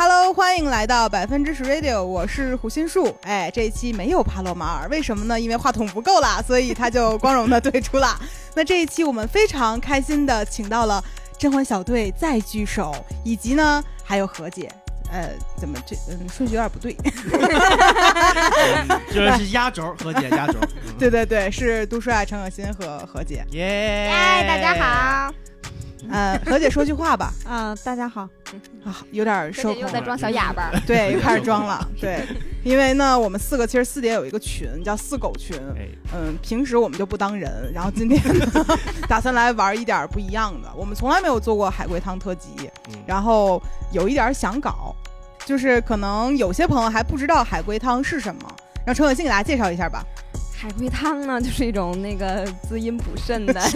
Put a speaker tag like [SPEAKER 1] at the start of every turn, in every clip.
[SPEAKER 1] 喽，欢迎来到百分之十 Radio，我是胡心树。哎，这一期没有帕洛马尔，为什么呢？因为话筒不够啦，所以他就光荣的退出啦。 那这一期我们非常开心的请到了甄嬛小队再聚首，以及呢还有何姐。呃，怎么这嗯顺序有点不对？
[SPEAKER 2] 这是压轴，何姐压轴。嗯
[SPEAKER 1] 对对对，是杜帅、陈可辛和何姐。
[SPEAKER 2] 耶！
[SPEAKER 3] 嗨，哎大家好。
[SPEAKER 1] 呃，何姐说句话吧。
[SPEAKER 4] 啊，大家好，
[SPEAKER 1] 啊，有点收口
[SPEAKER 3] 又
[SPEAKER 1] 了
[SPEAKER 3] 在装小哑巴，
[SPEAKER 1] 对，开始装了。对，因为呢，我们四个其实四姐有一个群叫四狗群，
[SPEAKER 2] 哎，
[SPEAKER 1] 嗯，平时我们就不当人，然后今天呢， 打算来玩一点不一样的。我们从来没有做过海龟汤特辑，
[SPEAKER 2] 嗯
[SPEAKER 1] 然后有一点想搞，就是可能有些朋友还不知道海龟汤是什么，让陈可辛给大家介绍一下吧。
[SPEAKER 3] 海龟汤呢，就是一种那个滋阴补肾 的一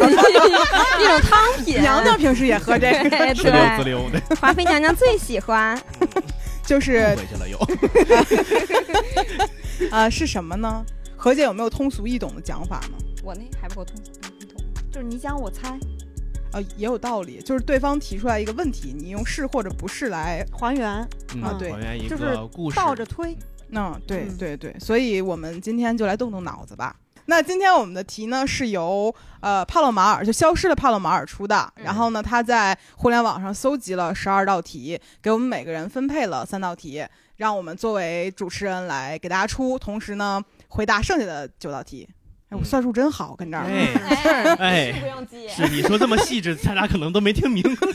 [SPEAKER 3] 种汤 品。
[SPEAKER 1] 娘娘平时也喝这个，
[SPEAKER 3] 对
[SPEAKER 2] 滋溜滋
[SPEAKER 3] 对，
[SPEAKER 2] 溜的，
[SPEAKER 3] 华妃娘娘最喜欢。
[SPEAKER 1] 就是
[SPEAKER 2] 回去了又。
[SPEAKER 1] 呃是什么呢？何姐有没有通俗易懂的讲法呢？
[SPEAKER 3] 我那还不够痛，
[SPEAKER 4] 就是你讲我猜，
[SPEAKER 1] 呃，也有道理，就是对方提出来一个问题，你用是或者不是来
[SPEAKER 4] 还原，
[SPEAKER 1] 啊对
[SPEAKER 2] 还嗯原一
[SPEAKER 4] 就
[SPEAKER 2] 个
[SPEAKER 4] 是
[SPEAKER 2] 故事，
[SPEAKER 4] 倒着推，
[SPEAKER 1] 嗯，对
[SPEAKER 4] 嗯
[SPEAKER 1] 对对，所以我们今天就来动动脑子吧。那今天我们的题呢是由呃帕洛马尔就消失的帕洛马尔出的，
[SPEAKER 3] 嗯
[SPEAKER 1] 然后呢他在互联网上搜集了十二道题，给我们每个人分配了三道题，让我们作为主持人来给大家出，同时呢回答剩下的九道题。哎，我
[SPEAKER 2] 嗯
[SPEAKER 1] 算术真好，跟这儿。
[SPEAKER 2] 哎
[SPEAKER 3] 是不
[SPEAKER 2] 哎，
[SPEAKER 3] 用记。
[SPEAKER 2] 是你说这么细致，大家可能都没听明白。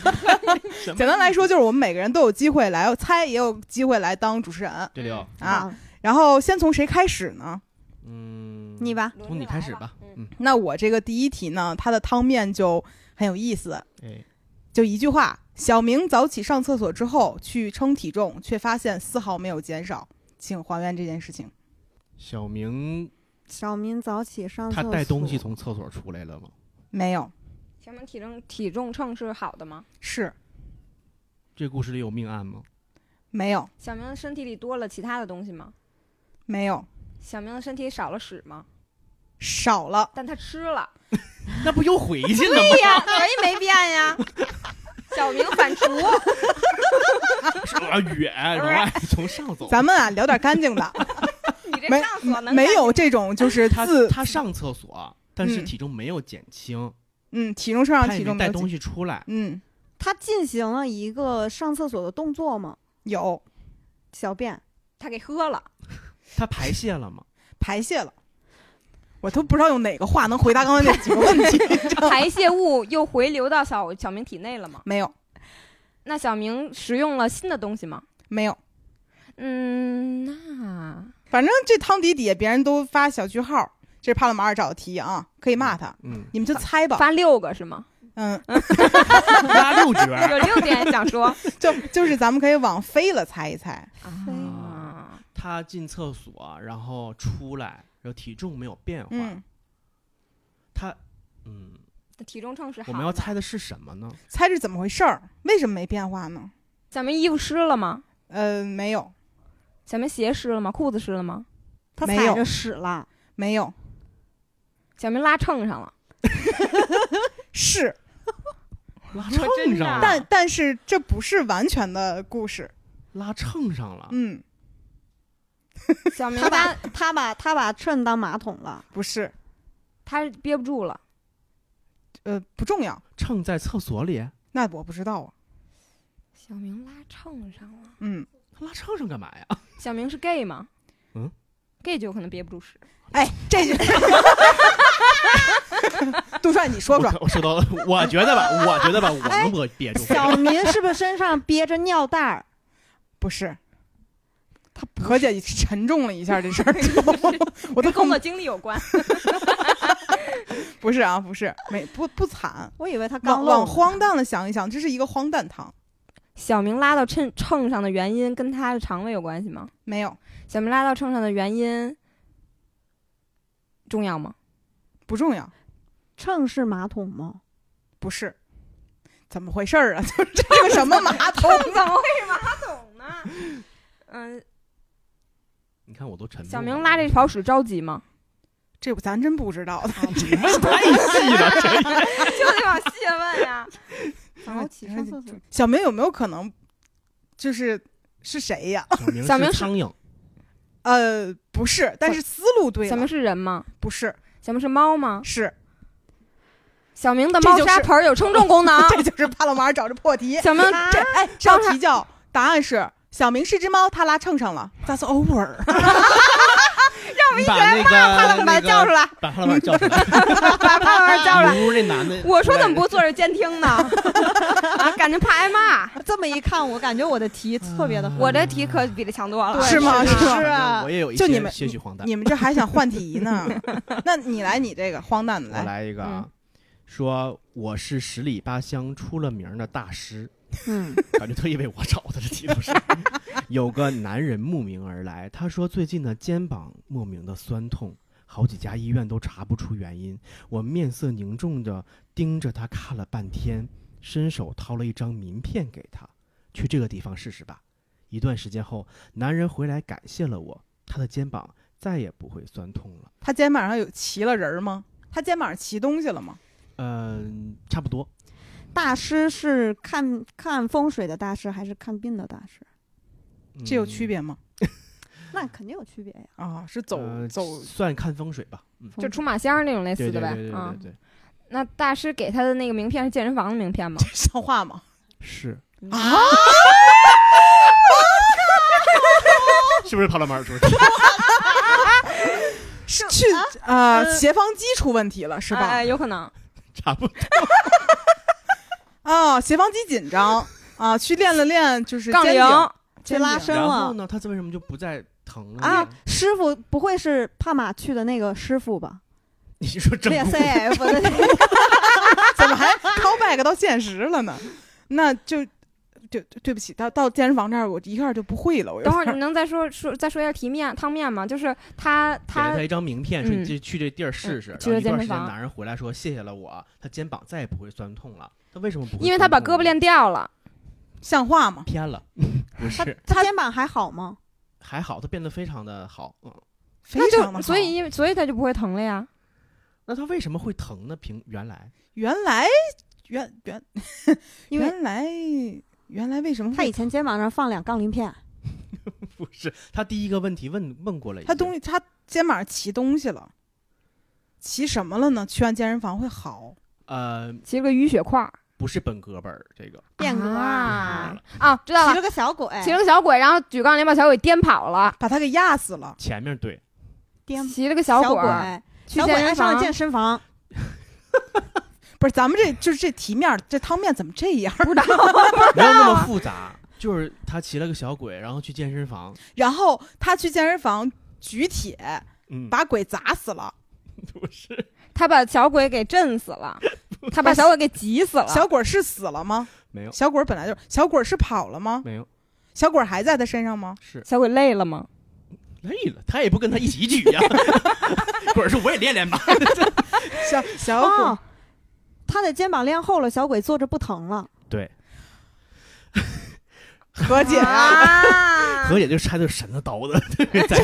[SPEAKER 2] 什么
[SPEAKER 1] 简单来说，就是我们每个人都有机会来猜，也有机会来当主持人
[SPEAKER 2] 对六，
[SPEAKER 1] 啊。，然后先从谁开始呢？
[SPEAKER 2] 嗯，
[SPEAKER 4] 你吧，
[SPEAKER 2] 从你开始吧。嗯，
[SPEAKER 1] 那我这个第一题呢，它的汤面就很有意思，
[SPEAKER 2] 哎，
[SPEAKER 1] 就一句话：小明早起上厕所之后去称体重，却发现丝毫没有减少。请还原这件事情。
[SPEAKER 2] 小明
[SPEAKER 4] 小明早起上厕
[SPEAKER 2] 他
[SPEAKER 4] 所，
[SPEAKER 2] 带东西从厕所出来了吗？
[SPEAKER 1] 没有，
[SPEAKER 3] 小明体重体重秤是好的吗？
[SPEAKER 1] 是
[SPEAKER 2] 这故事里有命案吗？
[SPEAKER 1] 没有，
[SPEAKER 3] 小明身体里多了其他的东西吗？
[SPEAKER 1] 没有，
[SPEAKER 3] 小明身体少了屎吗？
[SPEAKER 1] 少了。
[SPEAKER 3] 但他吃了。
[SPEAKER 2] 那不又回去了
[SPEAKER 3] 对
[SPEAKER 2] 吗？
[SPEAKER 3] 哎呀，人也没变 呀。小明反刍，
[SPEAKER 2] 啊，远，然后从上走。
[SPEAKER 1] 咱们啊，聊点干净 的，
[SPEAKER 3] 你这
[SPEAKER 1] 没
[SPEAKER 3] 上锁能
[SPEAKER 1] 没有这种就是
[SPEAKER 2] 他
[SPEAKER 1] 自
[SPEAKER 2] 他上厕所，但是
[SPEAKER 1] 嗯
[SPEAKER 2] 体重没有减轻，
[SPEAKER 1] 嗯体重秤上
[SPEAKER 2] 他也
[SPEAKER 1] 体
[SPEAKER 2] 没
[SPEAKER 1] 重没
[SPEAKER 2] 带
[SPEAKER 1] 有
[SPEAKER 2] 东
[SPEAKER 1] 减
[SPEAKER 2] 西出来。
[SPEAKER 1] 嗯
[SPEAKER 4] 他进行了一个上厕所的动作吗？
[SPEAKER 1] 有
[SPEAKER 4] 小便，
[SPEAKER 3] 他给喝了。
[SPEAKER 2] 他排泄了吗？
[SPEAKER 1] 排泄了。我都不知道用哪个话能回答刚才那几个问 题。
[SPEAKER 3] 排泄物又回流到小小明体内了吗？
[SPEAKER 1] 没有，
[SPEAKER 3] 那小明食用了新的东西吗？
[SPEAKER 1] 没有，
[SPEAKER 3] 嗯，那
[SPEAKER 1] 反正这汤底底下别人都发小句号，这是帕洛马尔找的题啊，可以骂他，
[SPEAKER 2] 嗯，
[SPEAKER 1] 你们就猜吧。
[SPEAKER 3] 发六个是吗？
[SPEAKER 1] 嗯，
[SPEAKER 2] 拉六角儿。
[SPEAKER 3] 有六点 想说
[SPEAKER 1] 就就是咱们可以往飞了猜一猜，
[SPEAKER 3] 啊，
[SPEAKER 2] 他进厕所，然后出来，然后体重没有变化。
[SPEAKER 1] 嗯，
[SPEAKER 2] 他，嗯，
[SPEAKER 3] 体重秤是好
[SPEAKER 2] 我
[SPEAKER 3] 的。
[SPEAKER 2] 们要猜的是什么呢？
[SPEAKER 1] 猜是怎么回事儿？为什么没变化呢？
[SPEAKER 3] 小明衣服湿了吗？
[SPEAKER 1] 呃，没有，
[SPEAKER 3] 小明鞋湿了吗？裤子湿了吗？
[SPEAKER 4] 他
[SPEAKER 1] 没有
[SPEAKER 4] 踩着屎了，
[SPEAKER 1] 没有，
[SPEAKER 3] 小明拉秤上了，
[SPEAKER 1] 是，
[SPEAKER 2] 拉
[SPEAKER 3] 说真
[SPEAKER 2] 秤
[SPEAKER 3] 的
[SPEAKER 2] 上了，
[SPEAKER 1] 但但是这不是完全的故事，
[SPEAKER 2] 拉秤上了，
[SPEAKER 1] 嗯，
[SPEAKER 3] 小明
[SPEAKER 4] 他把
[SPEAKER 3] 他
[SPEAKER 4] 他把他把秤当马桶了，
[SPEAKER 1] 不是，
[SPEAKER 3] 他憋不住了，
[SPEAKER 1] 呃，不重要，
[SPEAKER 2] 秤在厕所里，
[SPEAKER 1] 那我不知道啊，
[SPEAKER 3] 小明拉秤上了。
[SPEAKER 1] 嗯，
[SPEAKER 2] 他拉秤上干嘛呀？
[SPEAKER 3] 小明是 gay 吗？
[SPEAKER 2] 嗯
[SPEAKER 3] ，gay 就有可能憋不住屎。
[SPEAKER 1] 哎，这句， 杜帅你说说，
[SPEAKER 2] 我说到了，我觉得吧，我觉得吧，我能不憋住？
[SPEAKER 4] 哎小明是不是身上憋着尿袋儿？
[SPEAKER 1] 不是。他何姐沉重了一下这事儿，就 我都
[SPEAKER 3] 跟工作经历有关，
[SPEAKER 1] 不是啊，不是，没不不惨，
[SPEAKER 4] 我以为他
[SPEAKER 1] 往
[SPEAKER 4] 刚漏
[SPEAKER 1] 往
[SPEAKER 4] 呢。
[SPEAKER 1] 荒诞了想一想，这是一个荒诞汤，
[SPEAKER 3] 小明拉到秤秤上的原因跟他的肠胃有关系吗？
[SPEAKER 1] 没有
[SPEAKER 3] 小明拉到秤上的原因重要吗？
[SPEAKER 1] 不重要。
[SPEAKER 4] 秤是马桶吗？
[SPEAKER 1] 不是，怎么回事儿啊？ 就是这个什么马桶？
[SPEAKER 3] 怎么会是马桶呢？ 嗯，
[SPEAKER 2] 你看我都沉默了。
[SPEAKER 3] 小明拉这泡屎着急吗？
[SPEAKER 1] 这咱真不知道，
[SPEAKER 2] 你问太细了，这
[SPEAKER 3] 就得往细问呀、
[SPEAKER 4] 早起上厕所，
[SPEAKER 1] 小明有没有可能就是是谁呀？
[SPEAKER 2] 小明
[SPEAKER 3] 小明
[SPEAKER 2] 是
[SPEAKER 3] 是
[SPEAKER 2] 苍蝇，
[SPEAKER 1] 呃，不是，但是思路对
[SPEAKER 3] 小
[SPEAKER 1] 了
[SPEAKER 3] 明，是人吗？
[SPEAKER 1] 不是，
[SPEAKER 3] 小明是猫吗？
[SPEAKER 1] 是
[SPEAKER 3] 小明的
[SPEAKER 1] 这
[SPEAKER 3] 猫
[SPEAKER 1] 就是
[SPEAKER 3] 砂盆儿有称重功能。
[SPEAKER 1] 这就是帕洛马尔找着破题。
[SPEAKER 3] 小明
[SPEAKER 1] 这哎，上
[SPEAKER 3] 刚才
[SPEAKER 1] 题叫答案是小明是只猫，他拉秤上了。That's over。
[SPEAKER 2] 你把那
[SPEAKER 1] 他
[SPEAKER 2] 个
[SPEAKER 1] 把他叫出来。
[SPEAKER 2] 把老板叫出来，
[SPEAKER 3] 把胖胖叫 来。
[SPEAKER 2] 里屋那男的，
[SPEAKER 3] 我说怎么不坐着监听呢？啊，感觉怕挨骂。
[SPEAKER 4] 这么一看，我感觉我的题 特别的好。
[SPEAKER 2] 嗯
[SPEAKER 3] 我这题可比这强多了，
[SPEAKER 4] 对
[SPEAKER 1] 是 吗
[SPEAKER 4] 是
[SPEAKER 1] 是
[SPEAKER 2] 反正
[SPEAKER 4] 啊
[SPEAKER 2] 我也有一
[SPEAKER 1] 就你
[SPEAKER 2] 些
[SPEAKER 1] 们
[SPEAKER 2] 些许荒诞。
[SPEAKER 1] 你们这还想换题呢？那你来，你这个荒诞的
[SPEAKER 2] 我
[SPEAKER 1] 来。
[SPEAKER 2] 来一个啊，说我是十里八乡出了名儿的大师，
[SPEAKER 4] 嗯，
[SPEAKER 2] 感觉特意为我找的这题都是。有个男人慕名而来，他说最近呢肩膀莫名的酸痛，好几家医院都查不出原因。我面色凝重着盯着他看了半天，伸手掏了一张名片给他，去这个地方试试吧。一段时间后，男人回来感谢了我，他的肩膀再也不会酸痛了。
[SPEAKER 1] 他肩膀上有骑了人儿吗？他肩膀上骑东西了吗？
[SPEAKER 2] 嗯、差不多。
[SPEAKER 4] 大师是看看风水的大师还是看病的大师？
[SPEAKER 2] 嗯
[SPEAKER 1] 这有区别吗？
[SPEAKER 4] 那肯定有区别呀。
[SPEAKER 1] 啊，是走
[SPEAKER 2] 呃
[SPEAKER 1] 走
[SPEAKER 2] 算看风水吧，嗯，
[SPEAKER 3] 就出马仙儿那种类
[SPEAKER 2] 对
[SPEAKER 3] 似
[SPEAKER 2] 对
[SPEAKER 3] 的
[SPEAKER 2] 对
[SPEAKER 3] 呗
[SPEAKER 2] 对。
[SPEAKER 3] 啊
[SPEAKER 2] 对，对，
[SPEAKER 3] 那大师给他的那个名片是健身房的名片吗？
[SPEAKER 1] 像话吗？
[SPEAKER 2] 是
[SPEAKER 3] 嗯
[SPEAKER 1] 啊，
[SPEAKER 2] 是不是帕拉马尔主
[SPEAKER 1] 是去 呃
[SPEAKER 3] 嗯
[SPEAKER 1] 斜方肌出问题了是吧
[SPEAKER 3] 哎，？有可 能。
[SPEAKER 2] 差不多。
[SPEAKER 1] 啊，斜方肌紧张啊，去练了练就是
[SPEAKER 3] 杠
[SPEAKER 1] 肩
[SPEAKER 3] 铃
[SPEAKER 1] 颈，
[SPEAKER 4] 去拉
[SPEAKER 1] 肩
[SPEAKER 4] 伸
[SPEAKER 2] 然后
[SPEAKER 4] 了
[SPEAKER 2] 呢，他这为什么就不再疼了
[SPEAKER 4] 啊
[SPEAKER 2] 呢？！
[SPEAKER 4] 师傅不会是帕马去的那个师傅吧？
[SPEAKER 2] 你说整
[SPEAKER 4] 练 CF 的那个
[SPEAKER 1] 怎么还 callback 到现实了呢？那就就对不起，到到健身房这儿我一下就不会了，我有
[SPEAKER 3] 等
[SPEAKER 1] 点
[SPEAKER 3] 会儿你能再说说再说一下题面汤面吗？就是他
[SPEAKER 2] 给了
[SPEAKER 3] 他
[SPEAKER 2] 他一张名片，说
[SPEAKER 3] 嗯呃
[SPEAKER 2] 你这去这地儿试试。
[SPEAKER 3] 去
[SPEAKER 2] 然后
[SPEAKER 3] 了
[SPEAKER 2] 一段
[SPEAKER 3] 健
[SPEAKER 2] 时间，
[SPEAKER 3] 身房
[SPEAKER 2] 男人回来说谢谢了我，他肩膀再也不会酸痛了。他为什么不会酸痛呢？
[SPEAKER 3] 因为他把胳膊练嗯掉了，
[SPEAKER 1] 像话吗？
[SPEAKER 2] 偏了，不是
[SPEAKER 4] 他肩膀还好吗？
[SPEAKER 2] 还好，他变得非常的好。嗯，
[SPEAKER 1] 非
[SPEAKER 3] 那
[SPEAKER 1] 常的
[SPEAKER 3] 就所以因为所以他就不会疼了呀。
[SPEAKER 2] 那他为什么会疼呢？平原来
[SPEAKER 1] 原来原 原
[SPEAKER 4] 因为
[SPEAKER 1] 原来原来为什么
[SPEAKER 4] 他
[SPEAKER 1] 会
[SPEAKER 4] 以前肩膀上放俩杠铃片，
[SPEAKER 2] 不是他第一个问题问问过了已经，
[SPEAKER 1] 他东西他肩膀上骑东西了，骑什么了呢？去完健身房会好。
[SPEAKER 2] 呃
[SPEAKER 3] 骑了个淤血块儿，
[SPEAKER 2] 不是本胳膊儿这个
[SPEAKER 4] 变革
[SPEAKER 3] 啊
[SPEAKER 2] 变
[SPEAKER 3] 啊，知道
[SPEAKER 4] 骑
[SPEAKER 3] 了，
[SPEAKER 4] 了个小鬼，
[SPEAKER 3] 骑了个小鬼，然后举杠铃把小鬼颠跑了，
[SPEAKER 1] 把他给压死了，
[SPEAKER 2] 前面 对
[SPEAKER 4] 颠
[SPEAKER 3] 骑了个
[SPEAKER 4] 小
[SPEAKER 3] 小鬼儿去
[SPEAKER 4] 小鬼
[SPEAKER 3] 健
[SPEAKER 4] 爱
[SPEAKER 3] 身
[SPEAKER 4] 上
[SPEAKER 3] 房
[SPEAKER 4] 了，健身房，啊
[SPEAKER 1] 不是咱们这就是这题面儿，这汤面怎么这样？
[SPEAKER 3] 不知道
[SPEAKER 2] 没有那么复杂，就是他骑了个小鬼，然后去健身房，
[SPEAKER 1] 然后他去健身房举铁，
[SPEAKER 2] 嗯，
[SPEAKER 1] 把鬼砸死了，
[SPEAKER 2] 不是
[SPEAKER 3] 他把小鬼给震死 了，他把小鬼给急死了。
[SPEAKER 1] 小鬼儿是死了吗？
[SPEAKER 2] 没有
[SPEAKER 1] 小鬼儿本来就小鬼儿是跑了吗？
[SPEAKER 2] 没有
[SPEAKER 1] 小鬼儿还在他身上吗？
[SPEAKER 2] 是
[SPEAKER 3] 小鬼累了吗？
[SPEAKER 2] 累了，他也不跟他一起举 呀、鬼儿说我也练练 吧，
[SPEAKER 1] 小小鬼儿
[SPEAKER 4] 哦，他的肩膀练厚了，小鬼坐着不疼了。
[SPEAKER 2] 对，
[SPEAKER 1] 和解啊！
[SPEAKER 3] 啊
[SPEAKER 2] 何姐就拆的神的刀子，在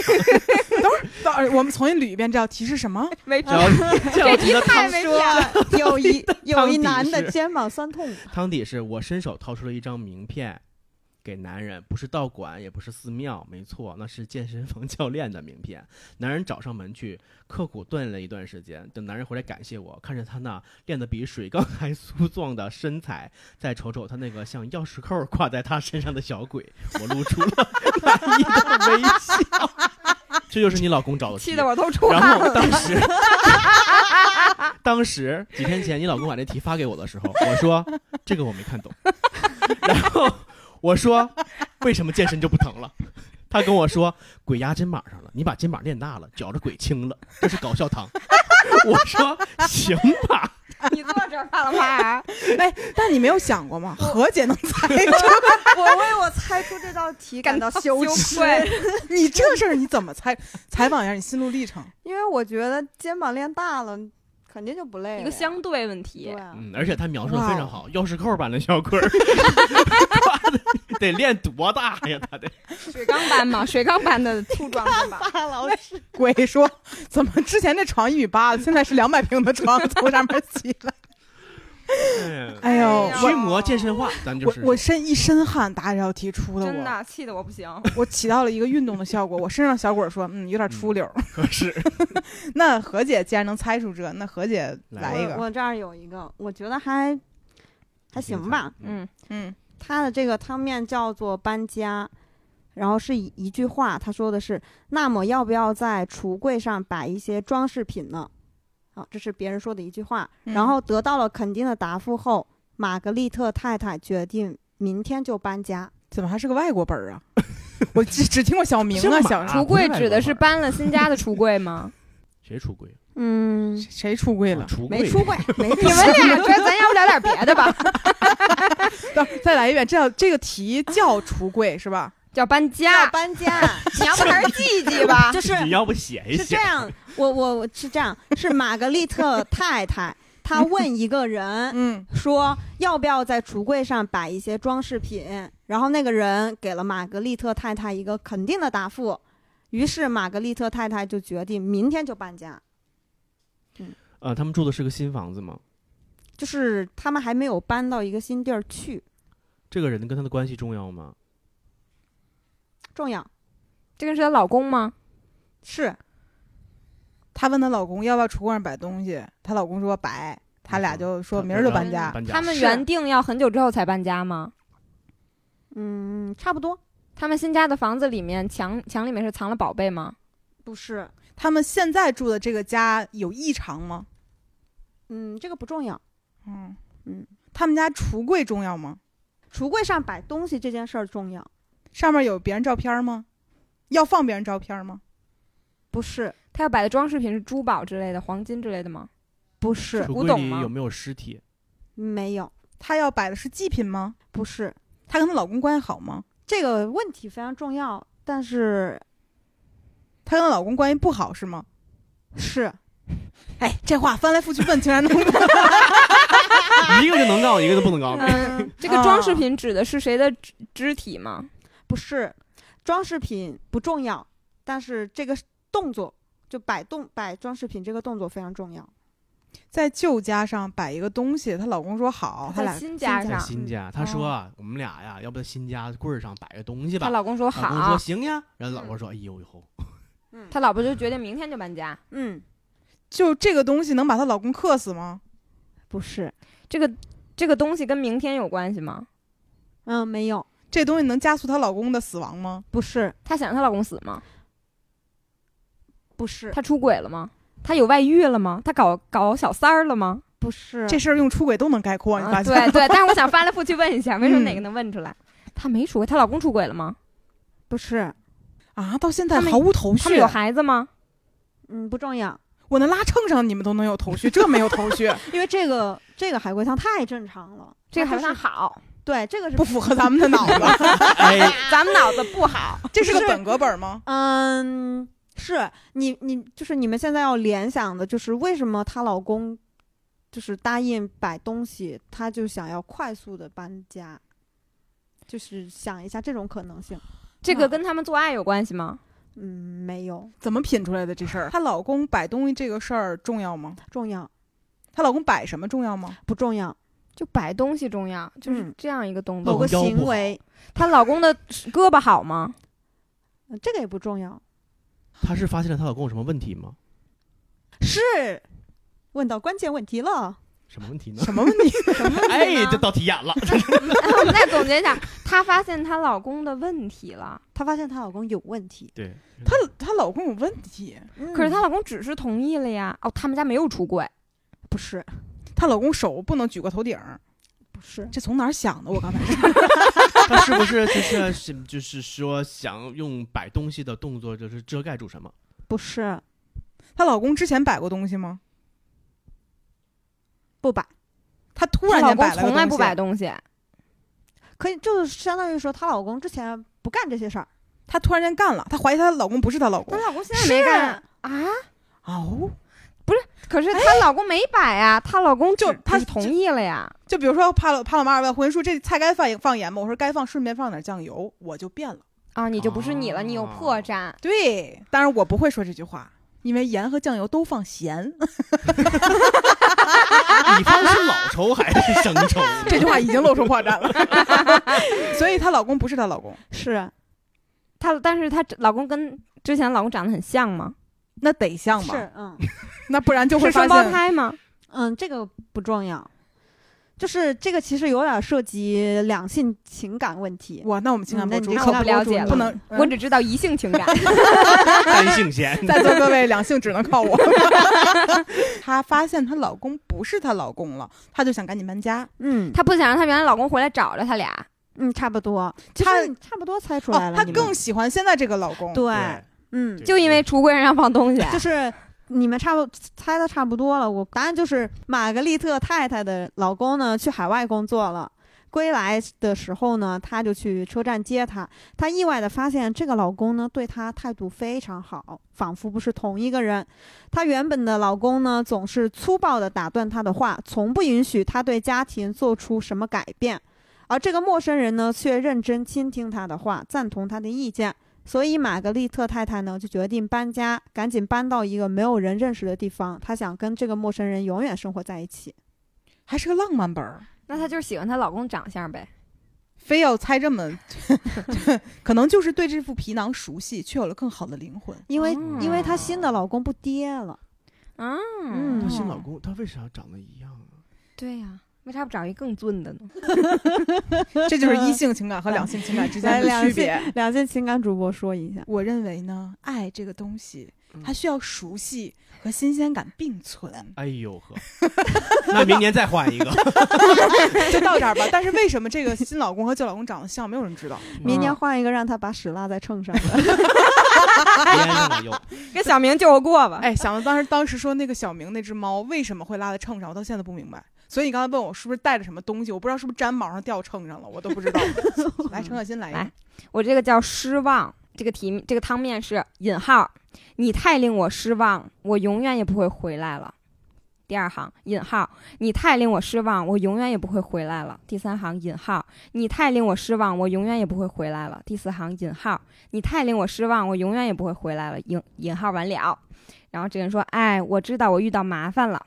[SPEAKER 1] 到我们重新捋一遍这道题是什么？
[SPEAKER 3] 没
[SPEAKER 2] 然后 这
[SPEAKER 3] 这题太没
[SPEAKER 4] 说有一有一男
[SPEAKER 2] 汤
[SPEAKER 4] 的
[SPEAKER 2] 底是
[SPEAKER 4] 肩膀酸痛，
[SPEAKER 2] 汤底是我伸手掏出了一张名片。给男人，不是道馆，也不是寺庙，没错，那是健身房教练的名片。男人找上门去，刻苦锻炼了一段时间。等男人回来感谢我，看着他那练得比水缸 还粗壮的身材，再瞅瞅他那个像钥匙扣挂在他身上的小鬼，我露出了 满意的微笑。 这就是你老公找的题
[SPEAKER 3] 气得我都出
[SPEAKER 2] 然
[SPEAKER 3] 汗
[SPEAKER 2] 后
[SPEAKER 3] 了。
[SPEAKER 2] 当时，当时几天前你老公把这题发给我的时候，我说这个我没看懂，然后我说为什么健身就不疼了？他跟我说鬼压肩膀上了，你把肩膀练大了，觉着鬼轻了，这是搞笑糖。我说行吧，
[SPEAKER 3] 你坐这儿，啊帕了帕。
[SPEAKER 1] 哎，但你没有想过吗？何姐能猜出
[SPEAKER 4] 我为我猜出这道题
[SPEAKER 3] 感到羞耻
[SPEAKER 1] 你这事儿你怎么猜？采访一下你心路历程。
[SPEAKER 4] 因为我觉得肩膀练大了，肯定就不累了呀。
[SPEAKER 3] 一个相对问题
[SPEAKER 4] 对，啊，
[SPEAKER 2] 嗯，而且他描述的非常好，钥匙扣版的小鬼儿，得练多大呀？他得
[SPEAKER 3] 水缸般嘛，水缸般的粗壮是 吧？
[SPEAKER 4] 大老师
[SPEAKER 1] 鬼说：“怎么之前那床一米八，现在是两百平的床，从上面起来？”
[SPEAKER 2] 哎呀
[SPEAKER 1] 哎呦，
[SPEAKER 3] 哎呀
[SPEAKER 2] 驱魔健身化，咱们就
[SPEAKER 1] 我
[SPEAKER 2] 是
[SPEAKER 1] 我身一身汗，答这道题出的
[SPEAKER 3] 真
[SPEAKER 1] 我，
[SPEAKER 3] 的气得我不行。
[SPEAKER 1] 我起到了一个运动的效果。我身上小果说，嗯，有点出溜儿。
[SPEAKER 2] 是
[SPEAKER 1] 那何姐既然能猜出这，那何姐来一
[SPEAKER 4] 我
[SPEAKER 1] 个，
[SPEAKER 4] 我这儿有一个，我觉得还还行吧。，
[SPEAKER 3] 嗯，
[SPEAKER 1] 嗯，
[SPEAKER 4] 他的这个汤面叫做搬家，然后是一一句话，他说的是：“那么要不要在橱柜上摆一些装饰品呢？”好、这是别人说的一句话。
[SPEAKER 1] 嗯
[SPEAKER 4] 然后得到了肯定的答复后，玛格丽特太太决定明天就搬家。
[SPEAKER 1] 怎么还是个外国本儿啊？ 我只只听过小明
[SPEAKER 2] 姓
[SPEAKER 1] 啊，
[SPEAKER 2] 马
[SPEAKER 1] 小
[SPEAKER 2] 啊
[SPEAKER 3] 橱柜
[SPEAKER 2] 不是
[SPEAKER 3] 指的是
[SPEAKER 2] 外国
[SPEAKER 3] 搬了新家的橱柜吗？
[SPEAKER 2] 谁出轨？
[SPEAKER 4] 嗯，
[SPEAKER 1] 谁出柜了？
[SPEAKER 2] 出
[SPEAKER 4] 没出柜， 没
[SPEAKER 3] 你们俩这咱要不聊点别的吧？
[SPEAKER 1] 再来一遍，这道这个题叫出柜是吧？
[SPEAKER 3] 叫搬
[SPEAKER 4] 要
[SPEAKER 3] 家，
[SPEAKER 4] 搬家，啊
[SPEAKER 3] 你要不还是记一记吧？
[SPEAKER 4] 就是
[SPEAKER 2] 你要不写一
[SPEAKER 4] 是这
[SPEAKER 2] 写？
[SPEAKER 4] 样，我我我是这样，是玛格丽特太太，她问一个人，
[SPEAKER 1] 嗯，
[SPEAKER 4] 说要不要在橱柜上摆一些装饰品，然后那个人给了玛格丽特太太一个肯定的答复，于是玛格丽特太太就决定明天就搬家，
[SPEAKER 2] 呃，他们住的是个新房子吗？
[SPEAKER 4] 就是他们还没有搬到一个新地儿去，
[SPEAKER 2] 这个人跟他的关系重要吗？
[SPEAKER 4] 重要
[SPEAKER 3] 这个是她老公吗？
[SPEAKER 4] 是
[SPEAKER 1] 她问她老公要不要橱柜上摆东西，她老公说摆，他俩就说明儿就搬家。
[SPEAKER 2] 搬家
[SPEAKER 3] 他们
[SPEAKER 1] 是
[SPEAKER 3] 原定要很久之后才搬家吗？
[SPEAKER 4] 嗯差不多
[SPEAKER 3] 他们新家的房子里面墙墙里面是藏了宝贝吗？
[SPEAKER 4] 不是，
[SPEAKER 1] 他们现在住的这个家有异常吗？
[SPEAKER 4] 嗯这个不重要，
[SPEAKER 1] 嗯
[SPEAKER 4] 嗯，
[SPEAKER 1] 他们家橱柜重要吗？
[SPEAKER 4] 橱柜上摆东西这件事儿重要
[SPEAKER 1] 上面有别人照片吗？要放别人照片吗？
[SPEAKER 4] 不是
[SPEAKER 3] 他要摆的装饰品是珠宝之类的、黄金之类的吗？
[SPEAKER 4] 不是
[SPEAKER 2] 橱
[SPEAKER 3] 古
[SPEAKER 2] 柜
[SPEAKER 3] 董
[SPEAKER 2] 里
[SPEAKER 3] 吗
[SPEAKER 2] 有没有尸体？
[SPEAKER 4] 没有
[SPEAKER 1] 她要摆的是祭品吗？
[SPEAKER 4] 不是
[SPEAKER 1] 她跟她老公关系好吗？
[SPEAKER 4] 这个问题非常重要，但是
[SPEAKER 1] 她跟她老公关系不好是吗？
[SPEAKER 4] 是
[SPEAKER 1] 哎，这话翻来覆去问，竟然能 问
[SPEAKER 2] 一个就能告，一个就不能告。
[SPEAKER 3] 嗯， 这个装饰品指的是谁的肢肢体吗？
[SPEAKER 4] 不是，装饰品不重要，但是这个是动作就摆动摆装饰品这个动作非常重要。
[SPEAKER 1] 在旧家上摆一个东西，她老公说好，她
[SPEAKER 3] 在
[SPEAKER 1] 俩
[SPEAKER 3] 哦新家
[SPEAKER 4] 新
[SPEAKER 2] 在
[SPEAKER 3] 上，
[SPEAKER 2] 新家，他说啊，我们俩呀，要不在新家柜儿上摆个东西吧
[SPEAKER 3] 她？老公说
[SPEAKER 2] 老公说
[SPEAKER 3] 好，
[SPEAKER 2] 行呀，然后老婆说，哎呦呦，
[SPEAKER 4] 嗯
[SPEAKER 3] 她老婆就决定明天就搬家。
[SPEAKER 4] 嗯，
[SPEAKER 1] 就这个东西能把她老公克死吗？
[SPEAKER 4] 不是，
[SPEAKER 3] 这个这个东西跟明天有关系吗？
[SPEAKER 4] 嗯，没有，
[SPEAKER 1] 这东西能加速她老公的死亡吗？
[SPEAKER 4] 不是，
[SPEAKER 3] 她想她老公死吗？
[SPEAKER 4] 不是，
[SPEAKER 3] 她出轨了吗？她有外遇了吗？她搞搞小三儿了吗？
[SPEAKER 4] 不是，
[SPEAKER 1] 这事儿用出轨都能概括，你
[SPEAKER 3] 啊
[SPEAKER 1] 发现？
[SPEAKER 3] 嗯对对，但是我想翻来覆去问一下，为什么哪个
[SPEAKER 1] 嗯
[SPEAKER 3] 能问出来？她没出轨，她老公出轨了吗？
[SPEAKER 4] 不是，
[SPEAKER 1] 啊，到现在
[SPEAKER 3] 他们
[SPEAKER 1] 毫无头
[SPEAKER 3] 他
[SPEAKER 1] 绪啊
[SPEAKER 3] 们有。孩子吗？
[SPEAKER 4] 嗯，不重要，
[SPEAKER 1] 我那拉秤上你们都能有头绪，这没有头 绪，
[SPEAKER 4] 因为这个这个海龟汤太正常了，
[SPEAKER 3] 这个
[SPEAKER 4] 它
[SPEAKER 3] 还
[SPEAKER 4] 就
[SPEAKER 3] 算
[SPEAKER 4] 是
[SPEAKER 3] 好，
[SPEAKER 4] 对，这个是
[SPEAKER 1] 不符合咱们的脑 子。
[SPEAKER 2] 哎，
[SPEAKER 3] 咱们脑子不好。
[SPEAKER 1] 这是个
[SPEAKER 4] 是
[SPEAKER 1] 本格本吗？
[SPEAKER 4] 嗯。是你，你就是你们现在要联想的，就是为什么她老公就是答应摆东西，她就想要快速的搬家，就是想一下这种可能性。
[SPEAKER 3] 这个跟他们做爱有关系吗？
[SPEAKER 4] 嗯，没有
[SPEAKER 1] 怎么品出来的这事儿？她老公摆东西这个事儿重要吗？
[SPEAKER 4] 重要
[SPEAKER 1] 她老公摆什么重要吗？
[SPEAKER 4] 不重要？
[SPEAKER 3] 就摆东西重要，就是
[SPEAKER 4] 嗯
[SPEAKER 3] 这样一个动
[SPEAKER 2] 老公
[SPEAKER 4] 某个
[SPEAKER 3] 作。
[SPEAKER 2] 腰不
[SPEAKER 4] 行
[SPEAKER 2] 好
[SPEAKER 4] 为，
[SPEAKER 3] 她老公的胳膊好吗？
[SPEAKER 4] 呃这个也不重要。
[SPEAKER 2] 她是发现了她老公有什么问题吗？
[SPEAKER 4] 是问到关键问题了，
[SPEAKER 2] 什么问题呢？
[SPEAKER 1] 什么问题？
[SPEAKER 2] 哎，这到题眼了。
[SPEAKER 3] 那总结一下，她发现她老公的问题了，
[SPEAKER 4] 她发现她老公有问题，嗯
[SPEAKER 2] 对，
[SPEAKER 1] 她她老公有问题，
[SPEAKER 3] 可是她
[SPEAKER 4] 她
[SPEAKER 3] 老公只是同意了呀。哦，他们家没有出轨，
[SPEAKER 4] 不是
[SPEAKER 1] 她老公手不能举过头顶儿，
[SPEAKER 4] 不是
[SPEAKER 1] 这从哪儿想的？我 刚才
[SPEAKER 2] 她是不是就是是就是说想用摆东西的动作，就是遮盖住什么？
[SPEAKER 4] 不是
[SPEAKER 1] 她老公之前摆过东西吗？
[SPEAKER 4] 不摆，
[SPEAKER 1] 她突
[SPEAKER 3] 她
[SPEAKER 1] 然
[SPEAKER 3] 老
[SPEAKER 1] 间
[SPEAKER 3] 公
[SPEAKER 1] 摆了个
[SPEAKER 3] 从来
[SPEAKER 1] 东
[SPEAKER 3] 不
[SPEAKER 1] 西哦
[SPEAKER 3] 摆，东西。
[SPEAKER 4] 可以就是相当于说她老公之前不干这些事儿，
[SPEAKER 1] 她突然间干了，她怀疑她老公不是她老
[SPEAKER 3] 她
[SPEAKER 1] 公。
[SPEAKER 3] 老公现在没干啊，
[SPEAKER 1] 哦，
[SPEAKER 3] 可是她老公没摆呀，她老公
[SPEAKER 1] 哎就
[SPEAKER 3] 只
[SPEAKER 1] 她
[SPEAKER 3] 只同意了呀。
[SPEAKER 1] 就比如说帕老帕老马尔外婚说这菜该放放盐吗？我说该放，顺便放点酱油，我就变了。
[SPEAKER 3] 啊，你就不是你了，你有破绽。
[SPEAKER 1] 对，当然我不 会说这句话，因为盐和酱油都放咸。
[SPEAKER 2] 你方是老仇还是生仇？
[SPEAKER 1] 这句话已经露出破绽 了，所以她老公不是她老公，
[SPEAKER 4] 是啊
[SPEAKER 3] 她，但是她老公跟之前老公长得很像吗？
[SPEAKER 1] 那得像吗？
[SPEAKER 4] 是，嗯
[SPEAKER 1] 那不然就会
[SPEAKER 3] 是
[SPEAKER 1] 发
[SPEAKER 3] 双胞
[SPEAKER 1] 现
[SPEAKER 3] 胎吗？
[SPEAKER 4] 嗯，这个不重要，就是这个其实有点涉及两性情感问题。
[SPEAKER 1] 哇，那我们情感
[SPEAKER 4] 嗯那
[SPEAKER 1] 博
[SPEAKER 4] 你
[SPEAKER 1] 主
[SPEAKER 4] 这
[SPEAKER 1] 可
[SPEAKER 4] 情感
[SPEAKER 3] 博主
[SPEAKER 1] 不
[SPEAKER 3] 不
[SPEAKER 1] 能，
[SPEAKER 4] 嗯
[SPEAKER 3] 我只知道一性情 感，
[SPEAKER 2] 单性先。
[SPEAKER 1] 在座各位两性只能靠我。 她发现她老公不是她老公了，她就想赶紧搬家。
[SPEAKER 4] 嗯，
[SPEAKER 3] 她不想让她原来老公回来找着她俩。
[SPEAKER 4] 嗯，差不多，其
[SPEAKER 1] 他
[SPEAKER 4] 实你差不多猜出
[SPEAKER 1] 哦，
[SPEAKER 4] 来了。
[SPEAKER 1] 她
[SPEAKER 4] 你们
[SPEAKER 1] 更喜欢现在这个老公。
[SPEAKER 4] 对，嗯，
[SPEAKER 3] 就因为橱柜上放东西，
[SPEAKER 4] 就是你们差不猜的差不多了。我答案就是玛格丽特太太的老公呢去海外工作了，归来的时候呢，她就去车站接他。她意外的发现这个老公呢对她态度非常好，仿佛不是同一个人。她原本的老公呢总是粗暴的打断她的话，从不允许她对家庭做出什么改变。而这个陌生人呢，却认真倾听她的话，赞同她的意见，所以玛格丽特太太呢就决定搬家，赶紧搬到一个没有人认识的地方。她想跟这个陌生人永远生活在一起。
[SPEAKER 1] 还是个浪漫本儿，
[SPEAKER 3] 那她就是喜欢她老公长相呗。
[SPEAKER 1] 非要猜这么， 可能就是对这副皮囊熟悉，却有了更好的灵魂。
[SPEAKER 4] 因为、
[SPEAKER 3] 哦
[SPEAKER 4] 因为她新的老公不爹了，
[SPEAKER 3] 嗯，
[SPEAKER 2] 她新老公，她为啥长得一样啊？
[SPEAKER 3] 对呀、为啥不找一更俊的 呢？
[SPEAKER 1] 这就是一性情感嗯和两性情 感之间的
[SPEAKER 4] 两
[SPEAKER 1] 区
[SPEAKER 4] 性
[SPEAKER 1] 别。
[SPEAKER 4] 两性情感主播说一下，
[SPEAKER 1] 我认为呢，爱这个东西，
[SPEAKER 2] 嗯
[SPEAKER 1] 它需要熟悉和新鲜感并存。
[SPEAKER 4] 嗯
[SPEAKER 2] 哎呦呵， 那明年再换一个，
[SPEAKER 1] 就到这儿吧。但是为什么这个新老公和旧老公长得像，没有人知道。
[SPEAKER 4] 明年换一个让她把屎拉在秤上的。
[SPEAKER 2] 粘上了又。
[SPEAKER 3] 跟小明就过吧。
[SPEAKER 1] 哎，想到当时当时说那个小明那只猫为什么会拉在秤上，我到现在都不明白。所以你刚才问我是不是带着什么东西，我不知道是不是粘毛上掉秤上了，我都不知道。 来，陈可辛来一个
[SPEAKER 3] 来，我这个叫失望，这个题这个汤面是引号，你太令我失望，我永远也不会回来了。第二行引号，你太令我失望，我永远也不会回来了。第三行引号，你太令我失望，我永远也不会回来了。第四行引号，你太令我失望，我永远也不会回来了。引引号完了，然后这个人说：“哎，我知道我遇到麻烦了，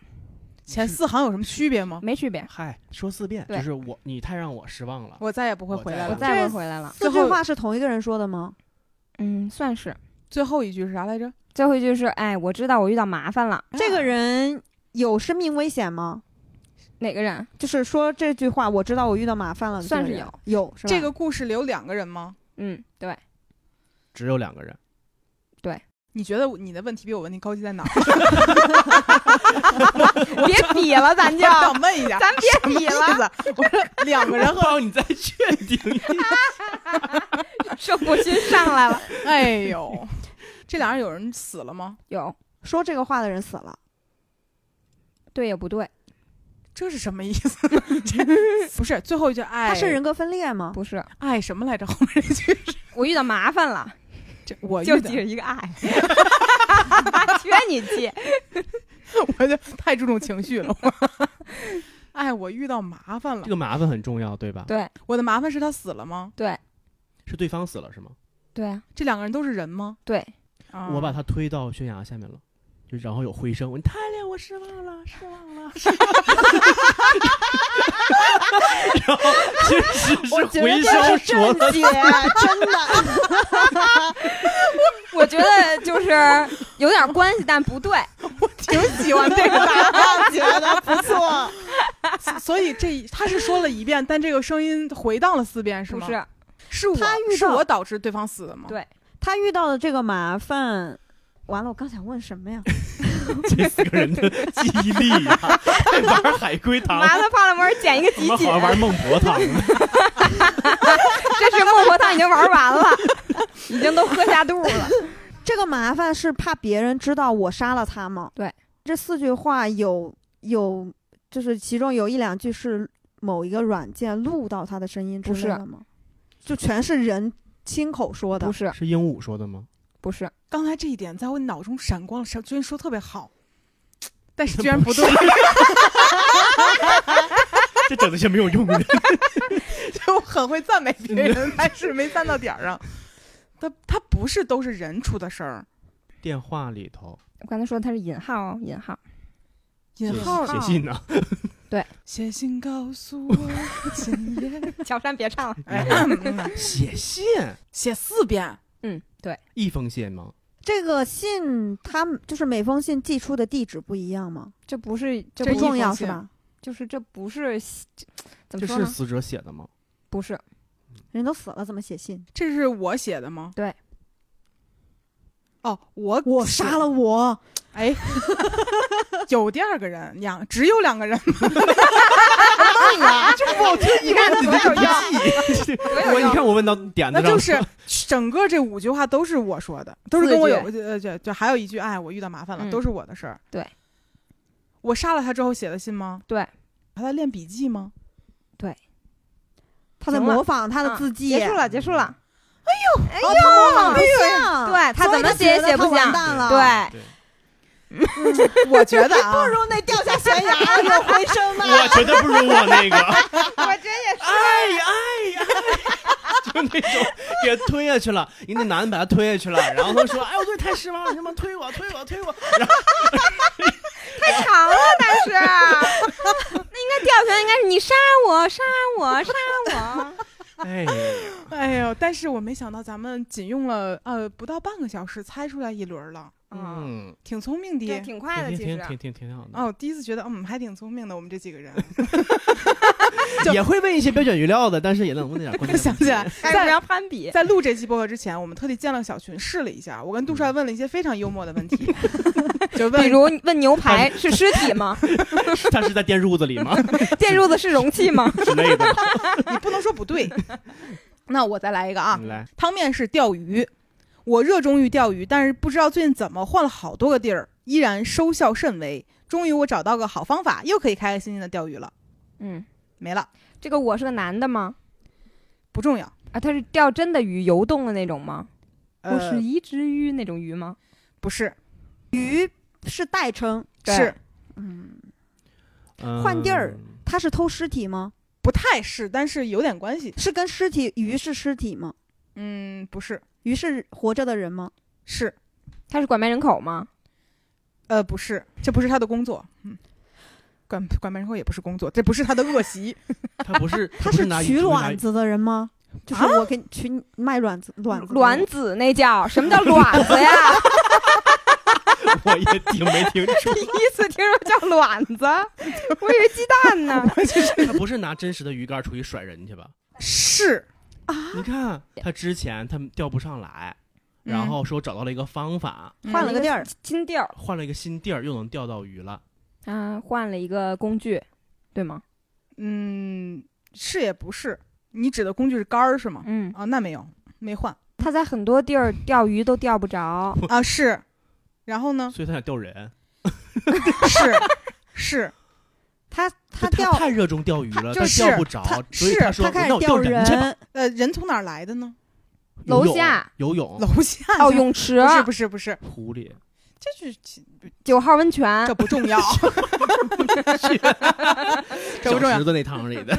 [SPEAKER 1] 前四行有什么区别吗？
[SPEAKER 3] 没区别，
[SPEAKER 2] 嗨，说四遍，
[SPEAKER 3] 对
[SPEAKER 2] 就是我，你太让我失望了。
[SPEAKER 1] 我再也不会回来
[SPEAKER 3] 我
[SPEAKER 1] 了。
[SPEAKER 3] 再也不会回来了。
[SPEAKER 1] 最
[SPEAKER 4] 这
[SPEAKER 1] 后
[SPEAKER 4] 句话是同一个人说的吗？”
[SPEAKER 3] 嗯，算是。
[SPEAKER 1] 最后一句是啥来 着？
[SPEAKER 3] 最后一句是：“哎，我知道我遇到麻烦
[SPEAKER 1] 啊
[SPEAKER 3] 了。
[SPEAKER 4] 这个人有生命危险吗？”
[SPEAKER 3] 哪个人？
[SPEAKER 4] 就是说这句话，我知道我遇到麻烦了。
[SPEAKER 3] 算是
[SPEAKER 4] 这个人有是吧？
[SPEAKER 1] 这个故事里有两个人吗？
[SPEAKER 3] 嗯， 对。
[SPEAKER 2] 只有两个人，
[SPEAKER 1] 你觉得你的问题比我问题高级在哪儿？
[SPEAKER 3] 别比了，咱 就
[SPEAKER 1] 我想问一下，
[SPEAKER 3] 咱别比
[SPEAKER 1] 意
[SPEAKER 3] 了，
[SPEAKER 1] 思？我说两个人
[SPEAKER 2] 然
[SPEAKER 1] 和
[SPEAKER 2] 后你再确定一下。
[SPEAKER 3] 胜负心上来 了。
[SPEAKER 1] 哎呦，这俩人有人死了吗？
[SPEAKER 3] 有
[SPEAKER 4] 说这个话的人死了，
[SPEAKER 3] 对也不对，
[SPEAKER 1] 这是什么意思？这不是最后一句爱，
[SPEAKER 4] 他是人格分裂吗？
[SPEAKER 3] 不是
[SPEAKER 1] 爱什么来着？后面这句是
[SPEAKER 3] 我遇到麻烦了，
[SPEAKER 1] 这我遇
[SPEAKER 3] 就记
[SPEAKER 1] 的，
[SPEAKER 3] 着一个爱，缺你记。
[SPEAKER 1] 我就太注重情绪了。我哎，我遇到麻烦了
[SPEAKER 2] 这。个麻烦很重要，对吧？
[SPEAKER 3] 对
[SPEAKER 1] 我的麻烦是他死了吗？
[SPEAKER 2] 是对方死了是吗？
[SPEAKER 3] 对啊，
[SPEAKER 1] 这两个人都是人吗？
[SPEAKER 3] 对，
[SPEAKER 1] 啊
[SPEAKER 2] 我把他推到悬崖下面了，就然后有回声，我你太令我失望了，失望了。失望了然后其实是回声说的，
[SPEAKER 3] 姐真的，我觉得 就是有点关系，但不对。
[SPEAKER 1] 挺喜欢 这个答案，觉得
[SPEAKER 4] 不错，
[SPEAKER 1] 所以这他是说了一遍，但这个声音回荡了四遍，是
[SPEAKER 3] 不
[SPEAKER 1] 吗？
[SPEAKER 3] 是，
[SPEAKER 1] 是我
[SPEAKER 4] 他遇到
[SPEAKER 1] 是我导致对方死的吗？
[SPEAKER 3] 对
[SPEAKER 4] 他遇到的这个麻烦，完了，我刚想问什么呀？
[SPEAKER 2] 这四个人的记忆力呀、还玩海龟汤，
[SPEAKER 3] 麻烦帕拉尔捡一个
[SPEAKER 2] 我
[SPEAKER 3] 集
[SPEAKER 2] 们好
[SPEAKER 3] 锦，
[SPEAKER 2] 像玩孟婆汤呢。
[SPEAKER 3] 这是孟婆汤已经玩完 了，已经都喝下肚了。
[SPEAKER 4] 这个麻烦是怕别人知道我杀了他吗？
[SPEAKER 3] 对，
[SPEAKER 4] 这四句话有有，就是其中有一两句是某一个软件录到他的声音之类的吗？就全是人亲口说的
[SPEAKER 3] 不。是，
[SPEAKER 2] 是鹦鹉说的吗？
[SPEAKER 3] 不是，
[SPEAKER 1] 刚才这一点在我脑中闪光了，闪居然说得特别好，但是居然不对，
[SPEAKER 2] 这整那些没有用的。
[SPEAKER 1] 就我很会赞美别人，但是没赞到点儿上。他他不是都是人出的事儿，
[SPEAKER 2] 电话里头
[SPEAKER 3] 我刚才说它是引号哦，引号。
[SPEAKER 1] 引号
[SPEAKER 2] 写写信呢，啊
[SPEAKER 1] 写信告诉我今 夜，
[SPEAKER 3] 乔杉别唱了。
[SPEAKER 1] 哎
[SPEAKER 2] 写信，
[SPEAKER 1] 写四遍，
[SPEAKER 3] 嗯，对，
[SPEAKER 2] 一封信吗？
[SPEAKER 4] 这个信，他们就是每封信寄出的地址不一样吗？
[SPEAKER 3] 这不是
[SPEAKER 1] 这
[SPEAKER 3] 这
[SPEAKER 4] 不
[SPEAKER 3] 不
[SPEAKER 1] 一
[SPEAKER 4] 重
[SPEAKER 1] 封
[SPEAKER 4] 要
[SPEAKER 1] 信
[SPEAKER 4] 是吧？
[SPEAKER 3] 就是这不是写这怎
[SPEAKER 2] 这
[SPEAKER 3] 么说
[SPEAKER 2] 是
[SPEAKER 3] 呢？
[SPEAKER 2] 死者写的吗？
[SPEAKER 3] 不是，
[SPEAKER 4] 人都死了，怎么写信？
[SPEAKER 1] 这是我写的吗？
[SPEAKER 3] 对。
[SPEAKER 1] 哦，我
[SPEAKER 4] 我
[SPEAKER 1] 写
[SPEAKER 4] 杀了我，
[SPEAKER 1] 哎，有第二个人，两只有两个人，
[SPEAKER 4] 对呀，
[SPEAKER 2] 这不好听，你看你这个记，
[SPEAKER 3] 我
[SPEAKER 2] 我你看我问到点
[SPEAKER 1] 那
[SPEAKER 2] 子上，
[SPEAKER 1] 就是 整个这五句话都是我说的，都是跟我有
[SPEAKER 3] 四
[SPEAKER 1] 呃，就就还有一句，哎，我遇到麻烦了，
[SPEAKER 3] 嗯
[SPEAKER 1] 都是我的事儿。
[SPEAKER 3] 对，
[SPEAKER 1] 我杀了他之后写的信吗？
[SPEAKER 3] 对，
[SPEAKER 1] 他在练笔记吗？
[SPEAKER 4] 他在
[SPEAKER 3] 行了
[SPEAKER 4] 模仿他的
[SPEAKER 3] 嗯
[SPEAKER 4] 字迹，
[SPEAKER 3] 结束了，结束了。
[SPEAKER 4] 哎
[SPEAKER 3] 哦
[SPEAKER 4] 呦，哎他模仿不像，
[SPEAKER 3] 对他
[SPEAKER 4] 所
[SPEAKER 3] 怎
[SPEAKER 4] 以
[SPEAKER 3] 么
[SPEAKER 4] 就
[SPEAKER 3] 写也
[SPEAKER 4] 觉得
[SPEAKER 3] 写
[SPEAKER 4] 他
[SPEAKER 3] 不
[SPEAKER 4] 完
[SPEAKER 3] 像
[SPEAKER 4] 蛋了，
[SPEAKER 3] 对
[SPEAKER 2] 对，
[SPEAKER 1] 我觉得啊，
[SPEAKER 4] 不如那掉下悬崖有回啊声呢。
[SPEAKER 2] 我觉得不如我那个，哎
[SPEAKER 3] 我真也是，
[SPEAKER 2] 哎哎，就那种给推下去了，你那男的把他推下去了，然后他说，哎，我对你太失望了，你他妈推我推我推我，然后
[SPEAKER 3] 太长了，但是 那应该调弦应该是你杀我，杀我，杀 我。
[SPEAKER 2] 哎，
[SPEAKER 1] 哎呦，但是我没想到咱们仅用了呃不到半个小时猜出来一轮了，
[SPEAKER 3] 嗯，
[SPEAKER 2] 嗯，
[SPEAKER 1] 挺聪明的
[SPEAKER 3] 对，。挺快的，
[SPEAKER 2] 挺
[SPEAKER 3] 其
[SPEAKER 2] 挺
[SPEAKER 3] 实
[SPEAKER 2] 挺挺挺好的，
[SPEAKER 1] 哦，第一次觉得嗯还挺聪明的，我们这几个 人
[SPEAKER 2] 也会问一些标准语料的，但是也能问点关键。
[SPEAKER 1] 想起来，
[SPEAKER 3] 但是
[SPEAKER 1] 在
[SPEAKER 3] 哎不要攀比。
[SPEAKER 1] 在录这期播客之前，我们特地建了个小群试了一下，我跟杜帅问了一些非常幽默的问题， 就问
[SPEAKER 3] 比如问牛排是尸体 吗？
[SPEAKER 2] 他是在垫褥子里吗
[SPEAKER 3] 电褥子是容器 吗？
[SPEAKER 2] 之类的？
[SPEAKER 1] 你不能说不 对。那我再来一个啊，
[SPEAKER 2] 你来，
[SPEAKER 1] 汤面是钓鱼，我热衷于钓鱼，但是不知道最近怎么换了好多个地儿，依然收效甚微。终于我找到个好方法，又可以开开心心的钓鱼了。
[SPEAKER 3] 嗯，
[SPEAKER 1] 没了，
[SPEAKER 3] 这个我是个男的吗？
[SPEAKER 1] 不重要。
[SPEAKER 3] 啊，他是钓真的鱼，游动的那种吗？
[SPEAKER 1] 呃
[SPEAKER 3] 我是一只鱼那种鱼吗？
[SPEAKER 1] 不是
[SPEAKER 4] 鱼是代称，
[SPEAKER 3] 对
[SPEAKER 1] 是
[SPEAKER 4] 嗯，
[SPEAKER 2] 嗯
[SPEAKER 4] 换地儿他是偷尸体吗？
[SPEAKER 1] 不太是，但是有点关系。
[SPEAKER 4] 是跟尸体鱼是尸体吗？
[SPEAKER 1] 嗯，不是，
[SPEAKER 4] 鱼是活着的人吗？
[SPEAKER 1] 是
[SPEAKER 3] 他是拐卖人口吗？
[SPEAKER 1] 呃不是，这不是他的工作。嗯，管管门口也不是工作，这不是他的恶习。
[SPEAKER 2] 他不是，
[SPEAKER 4] 他
[SPEAKER 2] 不是
[SPEAKER 4] 是
[SPEAKER 2] 拿
[SPEAKER 4] 取
[SPEAKER 2] 不是拿
[SPEAKER 4] 卵子的人吗？就是我给你取你卖卵子，卵子的
[SPEAKER 3] 卵
[SPEAKER 4] 人
[SPEAKER 3] 子那叫什么 叫卵子呀？
[SPEAKER 2] 我也听没听出，
[SPEAKER 3] 第一次听说叫卵子， 我以为鸡蛋 呢。
[SPEAKER 2] 他不是拿真实的鱼竿出去甩人去吧？
[SPEAKER 1] 是，
[SPEAKER 4] 啊
[SPEAKER 2] 你看他之前他们钓不上来，嗯然后说找到了一个方法，
[SPEAKER 1] 嗯
[SPEAKER 4] 换了个地儿，
[SPEAKER 3] 金钓儿
[SPEAKER 2] 换了一个新地儿又能钓到鱼了。
[SPEAKER 3] 啊，换了一个工具，对吗？
[SPEAKER 1] 嗯，是也不是。你指的工具是杆儿是吗？
[SPEAKER 3] 嗯，
[SPEAKER 1] 啊，那没有，没换
[SPEAKER 3] 他在很多地儿钓鱼都钓不着，
[SPEAKER 1] 啊，是。然后 呢？
[SPEAKER 2] 所以他想钓人，
[SPEAKER 1] 是是，
[SPEAKER 4] 他他
[SPEAKER 2] 就
[SPEAKER 4] 钓
[SPEAKER 2] 太热衷钓鱼了，
[SPEAKER 1] 他
[SPEAKER 2] 他
[SPEAKER 1] 就是
[SPEAKER 2] 钓不着
[SPEAKER 1] 他，
[SPEAKER 2] 所以
[SPEAKER 1] 是
[SPEAKER 2] 他说
[SPEAKER 4] 他
[SPEAKER 2] 那
[SPEAKER 4] 开始
[SPEAKER 2] 我钓
[SPEAKER 4] 人
[SPEAKER 2] 人去吧，
[SPEAKER 1] 呃，人从哪儿来的呢？
[SPEAKER 2] 游
[SPEAKER 3] 楼
[SPEAKER 2] 泳
[SPEAKER 3] 下
[SPEAKER 2] 游泳，
[SPEAKER 1] 楼下
[SPEAKER 3] 哦，
[SPEAKER 1] 呀
[SPEAKER 3] 泳池
[SPEAKER 1] 不是不是不是，
[SPEAKER 2] 湖里
[SPEAKER 1] 这是这
[SPEAKER 3] 九号温泉
[SPEAKER 1] 这，不重 要，这
[SPEAKER 2] 小
[SPEAKER 1] 不重
[SPEAKER 2] 池
[SPEAKER 1] 要。
[SPEAKER 2] 子那汤里的，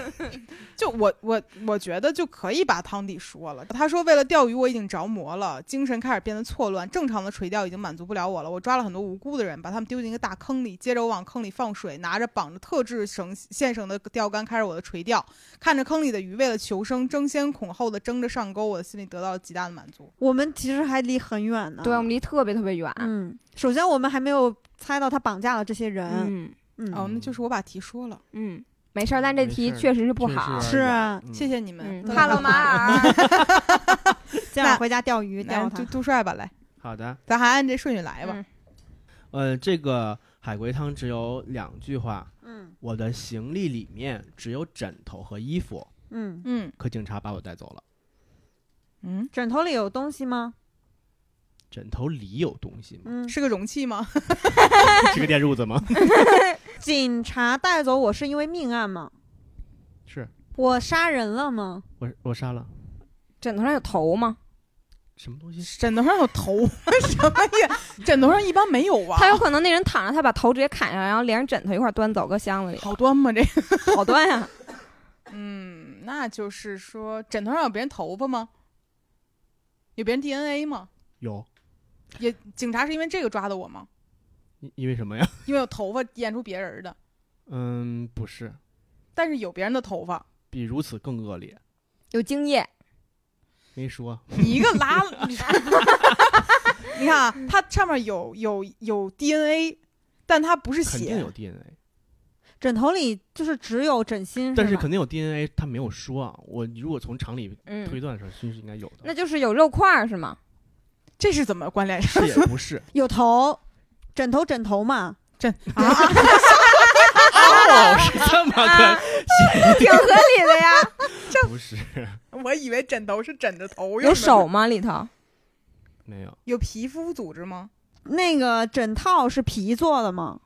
[SPEAKER 1] 就我我我觉得就可以把汤底说了。他说为了钓鱼我已经着魔了，精神开始变得错乱，正常的垂钓已经满足不了我了。我抓了很多无辜的人，把他们丢进一个大坑里，接着我往坑里放水，拿着绑着特制绳线绳的钓竿开始我的垂钓，看着坑里的鱼为了求生争先恐后的争着上钩，我的心里得到了极大的满足。
[SPEAKER 4] 我们其实还离很远呢。
[SPEAKER 3] 对啊我们离特别特别远。
[SPEAKER 4] 嗯，首先我们还没有猜到他绑架了这些人。
[SPEAKER 3] 嗯
[SPEAKER 4] 嗯，
[SPEAKER 1] 哦，那就是我把题说了，
[SPEAKER 3] 嗯，没事儿，但这
[SPEAKER 2] 没
[SPEAKER 3] 题
[SPEAKER 2] 事儿
[SPEAKER 3] 确实是不好。
[SPEAKER 2] 确实
[SPEAKER 4] 是啊
[SPEAKER 2] 嗯
[SPEAKER 1] 谢谢你们
[SPEAKER 3] 嗯，，
[SPEAKER 1] 都
[SPEAKER 3] 帕洛马 尔，
[SPEAKER 4] 今晚
[SPEAKER 1] 那
[SPEAKER 4] 回家钓鱼
[SPEAKER 1] 来
[SPEAKER 4] 钓
[SPEAKER 1] 杜
[SPEAKER 4] 他。
[SPEAKER 1] 杜帅吧，来，
[SPEAKER 2] 好的，
[SPEAKER 1] 咱还按这顺序来吧。
[SPEAKER 3] 嗯
[SPEAKER 2] 呃，这个海龟汤只有两句话，
[SPEAKER 4] 嗯
[SPEAKER 2] 我的行李里面只有枕头和衣服，
[SPEAKER 4] 嗯，
[SPEAKER 1] 嗯
[SPEAKER 2] 可警察把我带走了。
[SPEAKER 1] 嗯，
[SPEAKER 4] 枕头里有东西吗？
[SPEAKER 2] 枕头里有东西 吗？
[SPEAKER 4] 嗯，
[SPEAKER 1] 是个容器吗？
[SPEAKER 2] 是个垫褥子吗？
[SPEAKER 4] 警察带走我是因为命案吗？
[SPEAKER 2] 是
[SPEAKER 4] 我杀人了吗？
[SPEAKER 2] 我我杀了
[SPEAKER 3] 枕头上有头吗？
[SPEAKER 2] 什么东西？
[SPEAKER 1] 枕头上有头，什么也，枕头上一般没有啊吧？
[SPEAKER 3] 他有可能那人躺着，他把头直接砍下来，然后连着枕头一块儿端走，搁箱子里，
[SPEAKER 1] 好端吗？这，
[SPEAKER 3] 好端 呀。
[SPEAKER 1] 嗯，那就是说，枕头上有别人头发吗？有别人 DNA 吗？
[SPEAKER 2] 有，
[SPEAKER 1] 也，警察是因为这个抓的我吗？
[SPEAKER 2] 因因为什么呀？
[SPEAKER 1] 因为有头发验出别人的，
[SPEAKER 2] 嗯，不是，
[SPEAKER 1] 但是有别人的头发，
[SPEAKER 2] 比如此更恶劣。
[SPEAKER 3] 有精液，
[SPEAKER 2] 没说，
[SPEAKER 1] 你一个拉，你你看
[SPEAKER 3] 嗯
[SPEAKER 1] 啊，它上面有有有 DNA，但它不是
[SPEAKER 2] 肯定
[SPEAKER 1] 血
[SPEAKER 2] 有，DNA，
[SPEAKER 4] 枕头里就是只有枕芯，
[SPEAKER 2] 但
[SPEAKER 4] 嗯是
[SPEAKER 2] 是
[SPEAKER 4] 吧
[SPEAKER 2] 肯定有 DNA，他没有说啊。我如果从常理推
[SPEAKER 3] 嗯，
[SPEAKER 2] 断的时候，是应该有
[SPEAKER 3] 那
[SPEAKER 2] 的。
[SPEAKER 3] 就是有肉块儿是吗？
[SPEAKER 1] 这是怎么关联上？
[SPEAKER 2] 是也不是？
[SPEAKER 4] 有头，枕头枕头嘛，
[SPEAKER 1] 啊
[SPEAKER 2] 哦，是这么
[SPEAKER 3] 啊
[SPEAKER 2] 个，
[SPEAKER 3] 挺合理的呀。
[SPEAKER 2] 不是，
[SPEAKER 1] 我以为枕头是枕着头用的
[SPEAKER 3] 有手吗？里头
[SPEAKER 2] 没有，
[SPEAKER 1] 有皮肤组织吗？
[SPEAKER 4] 那个枕套是皮做的吗？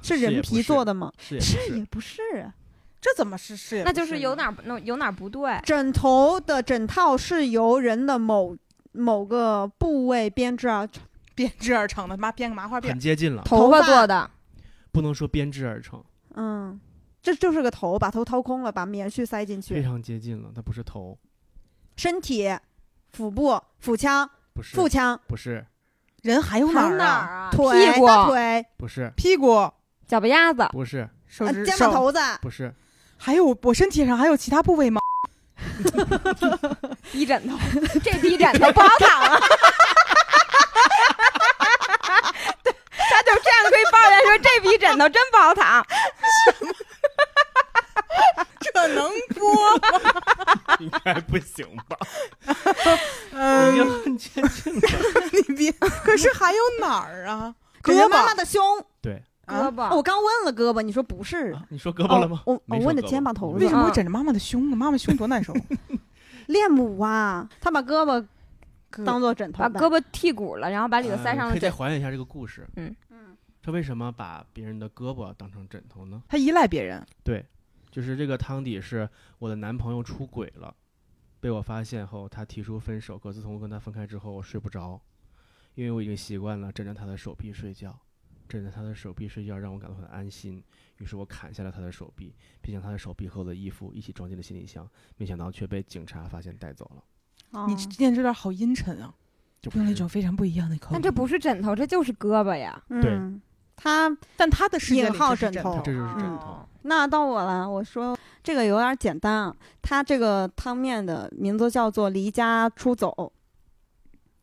[SPEAKER 4] 是
[SPEAKER 2] 是也
[SPEAKER 4] 人
[SPEAKER 2] 不
[SPEAKER 4] 皮
[SPEAKER 2] 是
[SPEAKER 4] 做的吗？
[SPEAKER 2] 是也不
[SPEAKER 4] 是
[SPEAKER 2] 是？
[SPEAKER 4] 也不是啊，
[SPEAKER 1] 这怎么是是？
[SPEAKER 3] 那就是有
[SPEAKER 1] 有
[SPEAKER 3] 哪儿不那有哪儿不对。
[SPEAKER 4] 枕头的枕套是由人的某某个部位编织啊而成，
[SPEAKER 1] 编织而成的，妈编个麻花辫
[SPEAKER 2] 很。接近了，
[SPEAKER 3] 头
[SPEAKER 4] 发
[SPEAKER 3] 发做的，
[SPEAKER 2] 不能说编织而成，
[SPEAKER 4] 嗯，这就是个头，把头掏空了，把棉絮塞进
[SPEAKER 2] 非
[SPEAKER 4] 去，
[SPEAKER 2] 常接近了。它不是头，
[SPEAKER 4] 身体、腹部、腹腔、
[SPEAKER 2] 不是，
[SPEAKER 4] 腹腔、
[SPEAKER 2] 不是，
[SPEAKER 1] 人还有
[SPEAKER 3] 还
[SPEAKER 1] 儿
[SPEAKER 3] 有哪
[SPEAKER 1] 啊？
[SPEAKER 3] 儿啊？
[SPEAKER 4] 腿、
[SPEAKER 3] 屁股、
[SPEAKER 4] 大腿、
[SPEAKER 2] 不是，
[SPEAKER 1] 屁股、
[SPEAKER 3] 脚背丫子、
[SPEAKER 2] 不是，
[SPEAKER 1] 手
[SPEAKER 4] 呃
[SPEAKER 1] 指、
[SPEAKER 4] 肩膀
[SPEAKER 1] 手，
[SPEAKER 4] 头子，
[SPEAKER 2] 不 是，
[SPEAKER 1] 还有我身体上还有其他部位吗？
[SPEAKER 3] 低枕头， 这低枕头不好躺啊 了。他就这样可以抱怨说这比枕头真不好躺，
[SPEAKER 1] 这能播？
[SPEAKER 2] 应该不行吧？已
[SPEAKER 1] 嗯，
[SPEAKER 2] 经很接近了。
[SPEAKER 1] 你别。 可是还有哪儿啊？
[SPEAKER 4] 指
[SPEAKER 1] 胳
[SPEAKER 4] 着妈妈
[SPEAKER 1] 膊、
[SPEAKER 4] 的胸。
[SPEAKER 2] 对，
[SPEAKER 1] 啊
[SPEAKER 3] 胳
[SPEAKER 4] 哦
[SPEAKER 3] 膊
[SPEAKER 4] 我刚问了胳膊，你说不是，
[SPEAKER 2] 啊你说胳膊了吗？
[SPEAKER 4] 哦我
[SPEAKER 2] 没
[SPEAKER 4] 我
[SPEAKER 2] 说
[SPEAKER 4] 问的
[SPEAKER 2] 胳膊
[SPEAKER 4] 肩膀头
[SPEAKER 2] 你
[SPEAKER 1] 为
[SPEAKER 4] 子
[SPEAKER 1] 什么
[SPEAKER 3] 啊
[SPEAKER 1] 会枕着妈妈的胸呢？妈妈胸多难受。
[SPEAKER 4] 恋母啊，他把胳膊当做枕头
[SPEAKER 3] 把
[SPEAKER 4] 吧，
[SPEAKER 3] 胳膊剔骨了，然后把里头塞
[SPEAKER 2] 呃
[SPEAKER 3] 上
[SPEAKER 2] 可
[SPEAKER 3] 了
[SPEAKER 2] 以再
[SPEAKER 3] 枕。
[SPEAKER 2] 还原一下这个故事。
[SPEAKER 3] 嗯
[SPEAKER 4] 嗯，
[SPEAKER 2] 这为什么把别人的胳膊当成枕头呢？
[SPEAKER 1] 他依赖别人，
[SPEAKER 2] 对，就是这个汤底是我的男朋友出轨了，被我发现后，他提出分手。可自从跟他分开之后，我睡不着，因为我已经习惯了枕着他的手臂睡觉，枕着他的手臂睡觉让我感到很安心。于是我砍下了他的手臂，并将他的手臂和我的衣服一起装进了行李箱，没想到却被警察发现带走了。
[SPEAKER 4] 哦
[SPEAKER 1] 你这件这段好阴沉啊，
[SPEAKER 2] 就不
[SPEAKER 1] 用了一
[SPEAKER 2] 是
[SPEAKER 1] 种非常不一样的口
[SPEAKER 3] 但
[SPEAKER 1] 吻。
[SPEAKER 3] 这不是枕头，这就是胳膊呀。
[SPEAKER 4] 嗯，他
[SPEAKER 1] 但他的世界
[SPEAKER 4] 引
[SPEAKER 1] 里
[SPEAKER 4] 号
[SPEAKER 1] 这是
[SPEAKER 4] 枕
[SPEAKER 1] 枕
[SPEAKER 4] 头
[SPEAKER 2] 它这就是枕头。
[SPEAKER 3] 哦
[SPEAKER 4] 那到我了，我说这个有点简单啊。它这个汤面的名字叫做《离家出走》，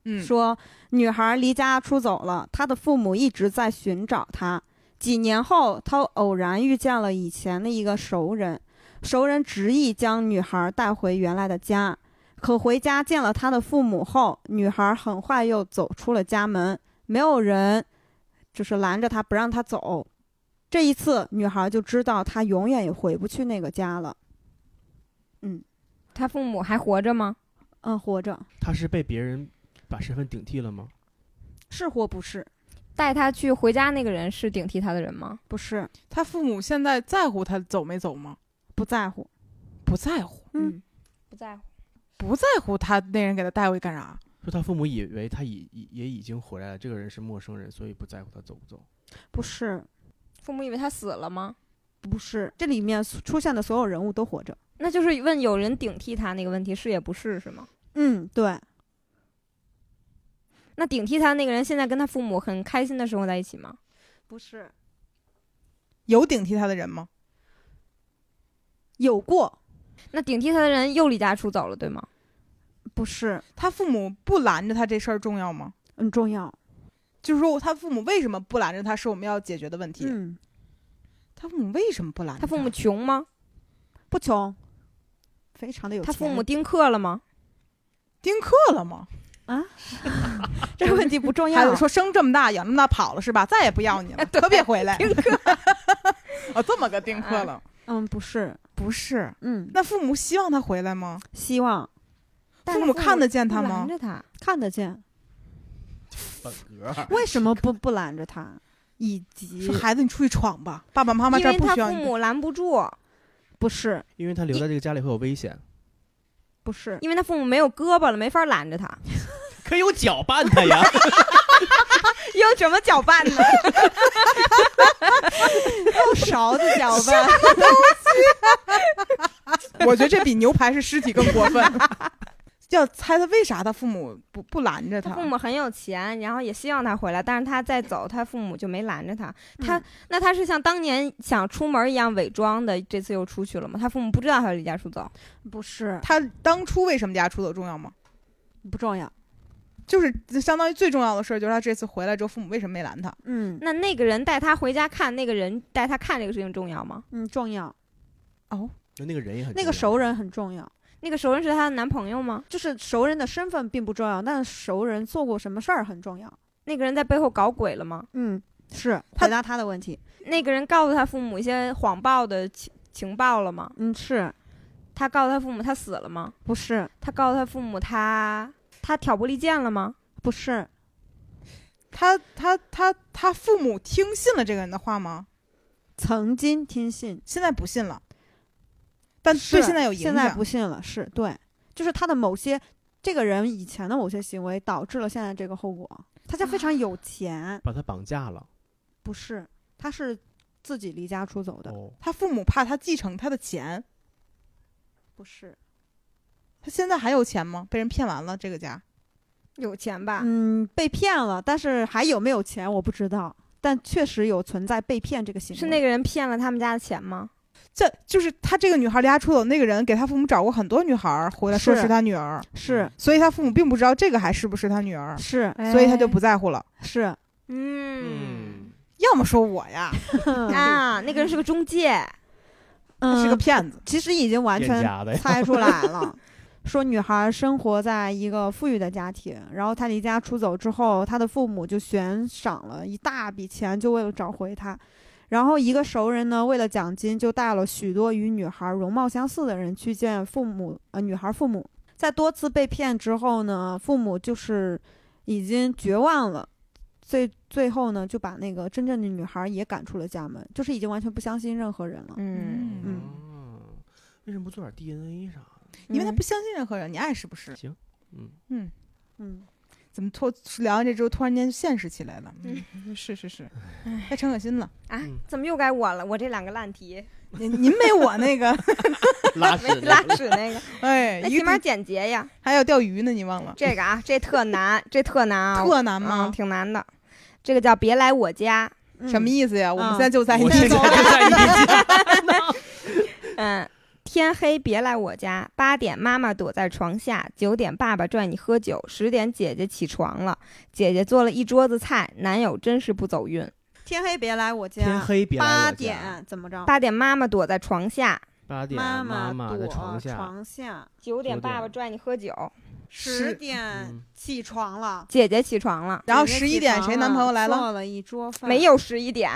[SPEAKER 1] 嗯，
[SPEAKER 4] 说女孩离家出走了，她的父母一直在寻找她。几年后，她偶然遇见了以前的一个熟人，熟人执意将女孩带回原来的家。可回家见了她的父母后，女孩很快又走出了家门，没有人就是拦着她不让她走。这一次，女孩就知道她永远也回不去那个家了。
[SPEAKER 3] 他父母还活着吗？
[SPEAKER 4] 嗯，活着
[SPEAKER 2] 他是被别人把身份顶替了吗？
[SPEAKER 4] 是或不是？
[SPEAKER 3] 带他去回家那个人是顶替他的人吗？
[SPEAKER 4] 不是，
[SPEAKER 1] 他父母现在在乎他走没走吗？
[SPEAKER 4] 不在乎。
[SPEAKER 1] 不在乎，
[SPEAKER 4] 嗯，
[SPEAKER 3] 不在乎。
[SPEAKER 1] 不在乎他那人给他带回去干啥？
[SPEAKER 2] 说他父母以为他已已也已经回来了，这个人是陌生人，所以不在乎他走不走。
[SPEAKER 4] 不是，
[SPEAKER 3] 父母以为他死了吗？
[SPEAKER 4] 不是，这里面所出现的所有人物都活着。
[SPEAKER 3] 那就是问有人顶替他那个问题是也不是是吗？
[SPEAKER 4] 嗯，对，
[SPEAKER 3] 那顶替他那个人现在跟他父母很开心的生活在一起吗？
[SPEAKER 4] 不是
[SPEAKER 1] 有顶替他的人吗？
[SPEAKER 4] 有过，
[SPEAKER 3] 那顶替他的人又离家出走了，对吗？
[SPEAKER 4] 不是
[SPEAKER 1] 他父母不拦着他这事儿重要吗？
[SPEAKER 4] 很重要。
[SPEAKER 1] 就是说，他父母为什么不拦着他，是我们要解决的问题。
[SPEAKER 4] 嗯，
[SPEAKER 1] 他父母为什么不拦着
[SPEAKER 3] 他父母穷吗？
[SPEAKER 4] 不穷，非常的有
[SPEAKER 3] 他
[SPEAKER 4] 钱。
[SPEAKER 3] 父母丁克了吗？
[SPEAKER 1] 丁克了吗？
[SPEAKER 4] 这个问题不重
[SPEAKER 1] 还
[SPEAKER 4] 要
[SPEAKER 1] 有。说生这么大养这么大跑了是吧？再也不要你了，
[SPEAKER 3] 哎 对
[SPEAKER 1] 可别回来。
[SPEAKER 3] 丁克 啊
[SPEAKER 1] 哦，这么个丁克了，
[SPEAKER 4] 嗯，不是，
[SPEAKER 1] 不是？
[SPEAKER 4] 嗯，
[SPEAKER 1] 那父母希望他回来吗？
[SPEAKER 4] 希望
[SPEAKER 3] 但是
[SPEAKER 1] 父母看得见他
[SPEAKER 3] 不拦
[SPEAKER 1] 吗？
[SPEAKER 3] 着他，
[SPEAKER 4] 看得见。
[SPEAKER 2] 本格儿
[SPEAKER 4] 为 什么不不拦着他？以及
[SPEAKER 1] 说孩子，你出去闯吧，爸爸妈妈
[SPEAKER 3] 因
[SPEAKER 1] 这儿
[SPEAKER 3] 为
[SPEAKER 1] 不
[SPEAKER 3] 他
[SPEAKER 1] 需要
[SPEAKER 3] 父
[SPEAKER 1] 你。
[SPEAKER 3] 母拦不住，
[SPEAKER 4] 不是
[SPEAKER 2] 因为他留在这个家里会有危险，
[SPEAKER 4] 不是，
[SPEAKER 3] 因为他父母没有胳膊了，没法拦 着他。
[SPEAKER 2] 可以有搅拌他呀。
[SPEAKER 3] 用什么搅拌呢？
[SPEAKER 4] 用勺子搅 拌。
[SPEAKER 1] 我觉得这比牛排是尸体更过分。 要猜他为啥他父母不不拦着
[SPEAKER 3] 他
[SPEAKER 1] 他。
[SPEAKER 3] 父母很有钱，然后也希望他回来，但是他再走，他父母就没拦着他。
[SPEAKER 4] 嗯
[SPEAKER 3] 他、那他是像当年想出门一样伪装的，这次又出去了吗？他父母不知道他离家出走，
[SPEAKER 4] 不是
[SPEAKER 1] 他当初为什么离家出走重要吗？
[SPEAKER 4] 不重要，
[SPEAKER 1] 就是相当于最重要的事儿，就是他这次回来之后，父母为什么没拦他？
[SPEAKER 4] 嗯
[SPEAKER 3] 那那个人带他回家看，那个人带他看这个事情重要吗？
[SPEAKER 4] 嗯重要，
[SPEAKER 2] 那那个人也很
[SPEAKER 4] 那
[SPEAKER 2] 重
[SPEAKER 4] 个
[SPEAKER 2] 要
[SPEAKER 4] 熟人很重要，
[SPEAKER 3] 那个熟人是她的男朋友吗？
[SPEAKER 4] 就是熟人的身份并不重要，但是熟人做过什么事儿很重要，
[SPEAKER 3] 那个人在背后搞鬼了吗？
[SPEAKER 4] 嗯，是
[SPEAKER 1] 他
[SPEAKER 4] 回答他的问题，
[SPEAKER 3] 那个人告诉他父母一些谎报的情情报了吗？
[SPEAKER 4] 嗯是
[SPEAKER 3] 他告诉他父母他死了吗？
[SPEAKER 4] 不是
[SPEAKER 3] 他告诉他父母他他挑拨离间了吗？
[SPEAKER 4] 不是
[SPEAKER 1] 他他他他父母听信了这个人的话吗？
[SPEAKER 4] 曾经听信，
[SPEAKER 1] 现在不信了，但
[SPEAKER 4] 是
[SPEAKER 1] 对现在有影
[SPEAKER 4] 现在
[SPEAKER 1] 响
[SPEAKER 4] 不。信了，是对，就是他的某些这个人以前的某些行为导致了现在这个后果，他家非常有钱，
[SPEAKER 2] 把他绑架了。
[SPEAKER 4] 不是他是自己离家出走的，
[SPEAKER 2] 哦，
[SPEAKER 1] 他父母怕他继承他的钱，
[SPEAKER 4] 不是
[SPEAKER 1] 他现在还有钱吗？被人骗完了，这个家
[SPEAKER 3] 有钱
[SPEAKER 1] 啊
[SPEAKER 3] 吧？
[SPEAKER 4] 嗯被骗了，但是还有没有钱我不知道。但确实有存在被骗这个行为，
[SPEAKER 3] 是那个人骗了他们家的钱吗？
[SPEAKER 1] 这就是他这个女孩离家出走那个人给他父母找过很多女孩儿回来说
[SPEAKER 4] 是
[SPEAKER 1] 是他女儿，
[SPEAKER 4] 是
[SPEAKER 1] 所以他父母并不知道这个还是不是他女儿，
[SPEAKER 4] 是
[SPEAKER 1] 所以他就不在乎了。
[SPEAKER 4] 是，
[SPEAKER 3] 嗯
[SPEAKER 1] 要么说我呀，
[SPEAKER 3] 啊，那个人是个中介，
[SPEAKER 1] 他
[SPEAKER 4] 嗯
[SPEAKER 1] 是个骗子，
[SPEAKER 4] 其实已经完
[SPEAKER 2] 店
[SPEAKER 4] 全
[SPEAKER 2] 家的呀，
[SPEAKER 4] 猜出来 了。说女孩生活在一个富裕的家庭，然后她离家出走之后，她的父母就悬赏了一大笔钱，就为了找回她。然后一个熟人呢，为了奖金，就带了许多与女孩容貌相似的人去见父母，呃，女孩父母。在多次被骗之后呢，父母就是已经绝望了，最最后呢，就把那个真正的女孩也赶出了家门，就是已经完全不相信任何人了。
[SPEAKER 3] 嗯，
[SPEAKER 1] 嗯，
[SPEAKER 2] 哦为什么不做点 DNA 啥的？
[SPEAKER 1] 因为他不相信任何人，你爱是不是？
[SPEAKER 2] 行，嗯，
[SPEAKER 1] 嗯，
[SPEAKER 4] 嗯，
[SPEAKER 1] 怎么突聊完这之后，突然间现实起来了？嗯，是是是，该陈可辛了。
[SPEAKER 3] 啊
[SPEAKER 2] 嗯，
[SPEAKER 3] 怎么又该我了？我这两个烂题，
[SPEAKER 1] 您您没我那个，
[SPEAKER 2] 拉
[SPEAKER 3] 没
[SPEAKER 2] 屎
[SPEAKER 3] 拉屎那个，
[SPEAKER 1] 哎，
[SPEAKER 3] 那
[SPEAKER 1] 鱼
[SPEAKER 3] 起码
[SPEAKER 1] 竿
[SPEAKER 3] 简洁呀。
[SPEAKER 1] 还有钓鱼呢，你忘了？
[SPEAKER 3] 这个啊，这特难，这特难啊，
[SPEAKER 1] 特难
[SPEAKER 3] 嗯
[SPEAKER 1] 吗？
[SPEAKER 3] 挺难的。这个叫别来我家，
[SPEAKER 1] 什么意思呀？我们
[SPEAKER 4] 啊
[SPEAKER 1] 现在就在一
[SPEAKER 2] 我
[SPEAKER 1] 起
[SPEAKER 2] 现在 就在一起。
[SPEAKER 3] 嗯，天黑别来我家。八点妈妈躲在床下，九点爸爸拽你喝酒，十点姐姐起床了，姐姐做了一桌子菜，男友真是不走运。
[SPEAKER 4] 天黑别来我家，
[SPEAKER 2] 天黑别来我家
[SPEAKER 4] 八点怎么着？
[SPEAKER 3] 八点妈妈躲在床下，
[SPEAKER 2] 八点，
[SPEAKER 4] 妈
[SPEAKER 2] 妈
[SPEAKER 4] 躲
[SPEAKER 2] 在床下，
[SPEAKER 4] 床下
[SPEAKER 3] 九点
[SPEAKER 2] 九点
[SPEAKER 3] 爸爸拽你喝酒，
[SPEAKER 4] 十
[SPEAKER 1] 是，
[SPEAKER 4] 点
[SPEAKER 2] 嗯
[SPEAKER 4] 起床了。
[SPEAKER 3] 姐姐起床了。
[SPEAKER 1] 然后
[SPEAKER 4] 姐姐
[SPEAKER 1] 十一
[SPEAKER 4] 起
[SPEAKER 1] 点
[SPEAKER 4] 床
[SPEAKER 1] 谁男朋友来了？
[SPEAKER 2] 啊
[SPEAKER 4] 做了一桌
[SPEAKER 2] 嗯
[SPEAKER 4] 饭，
[SPEAKER 3] 没有十 一点，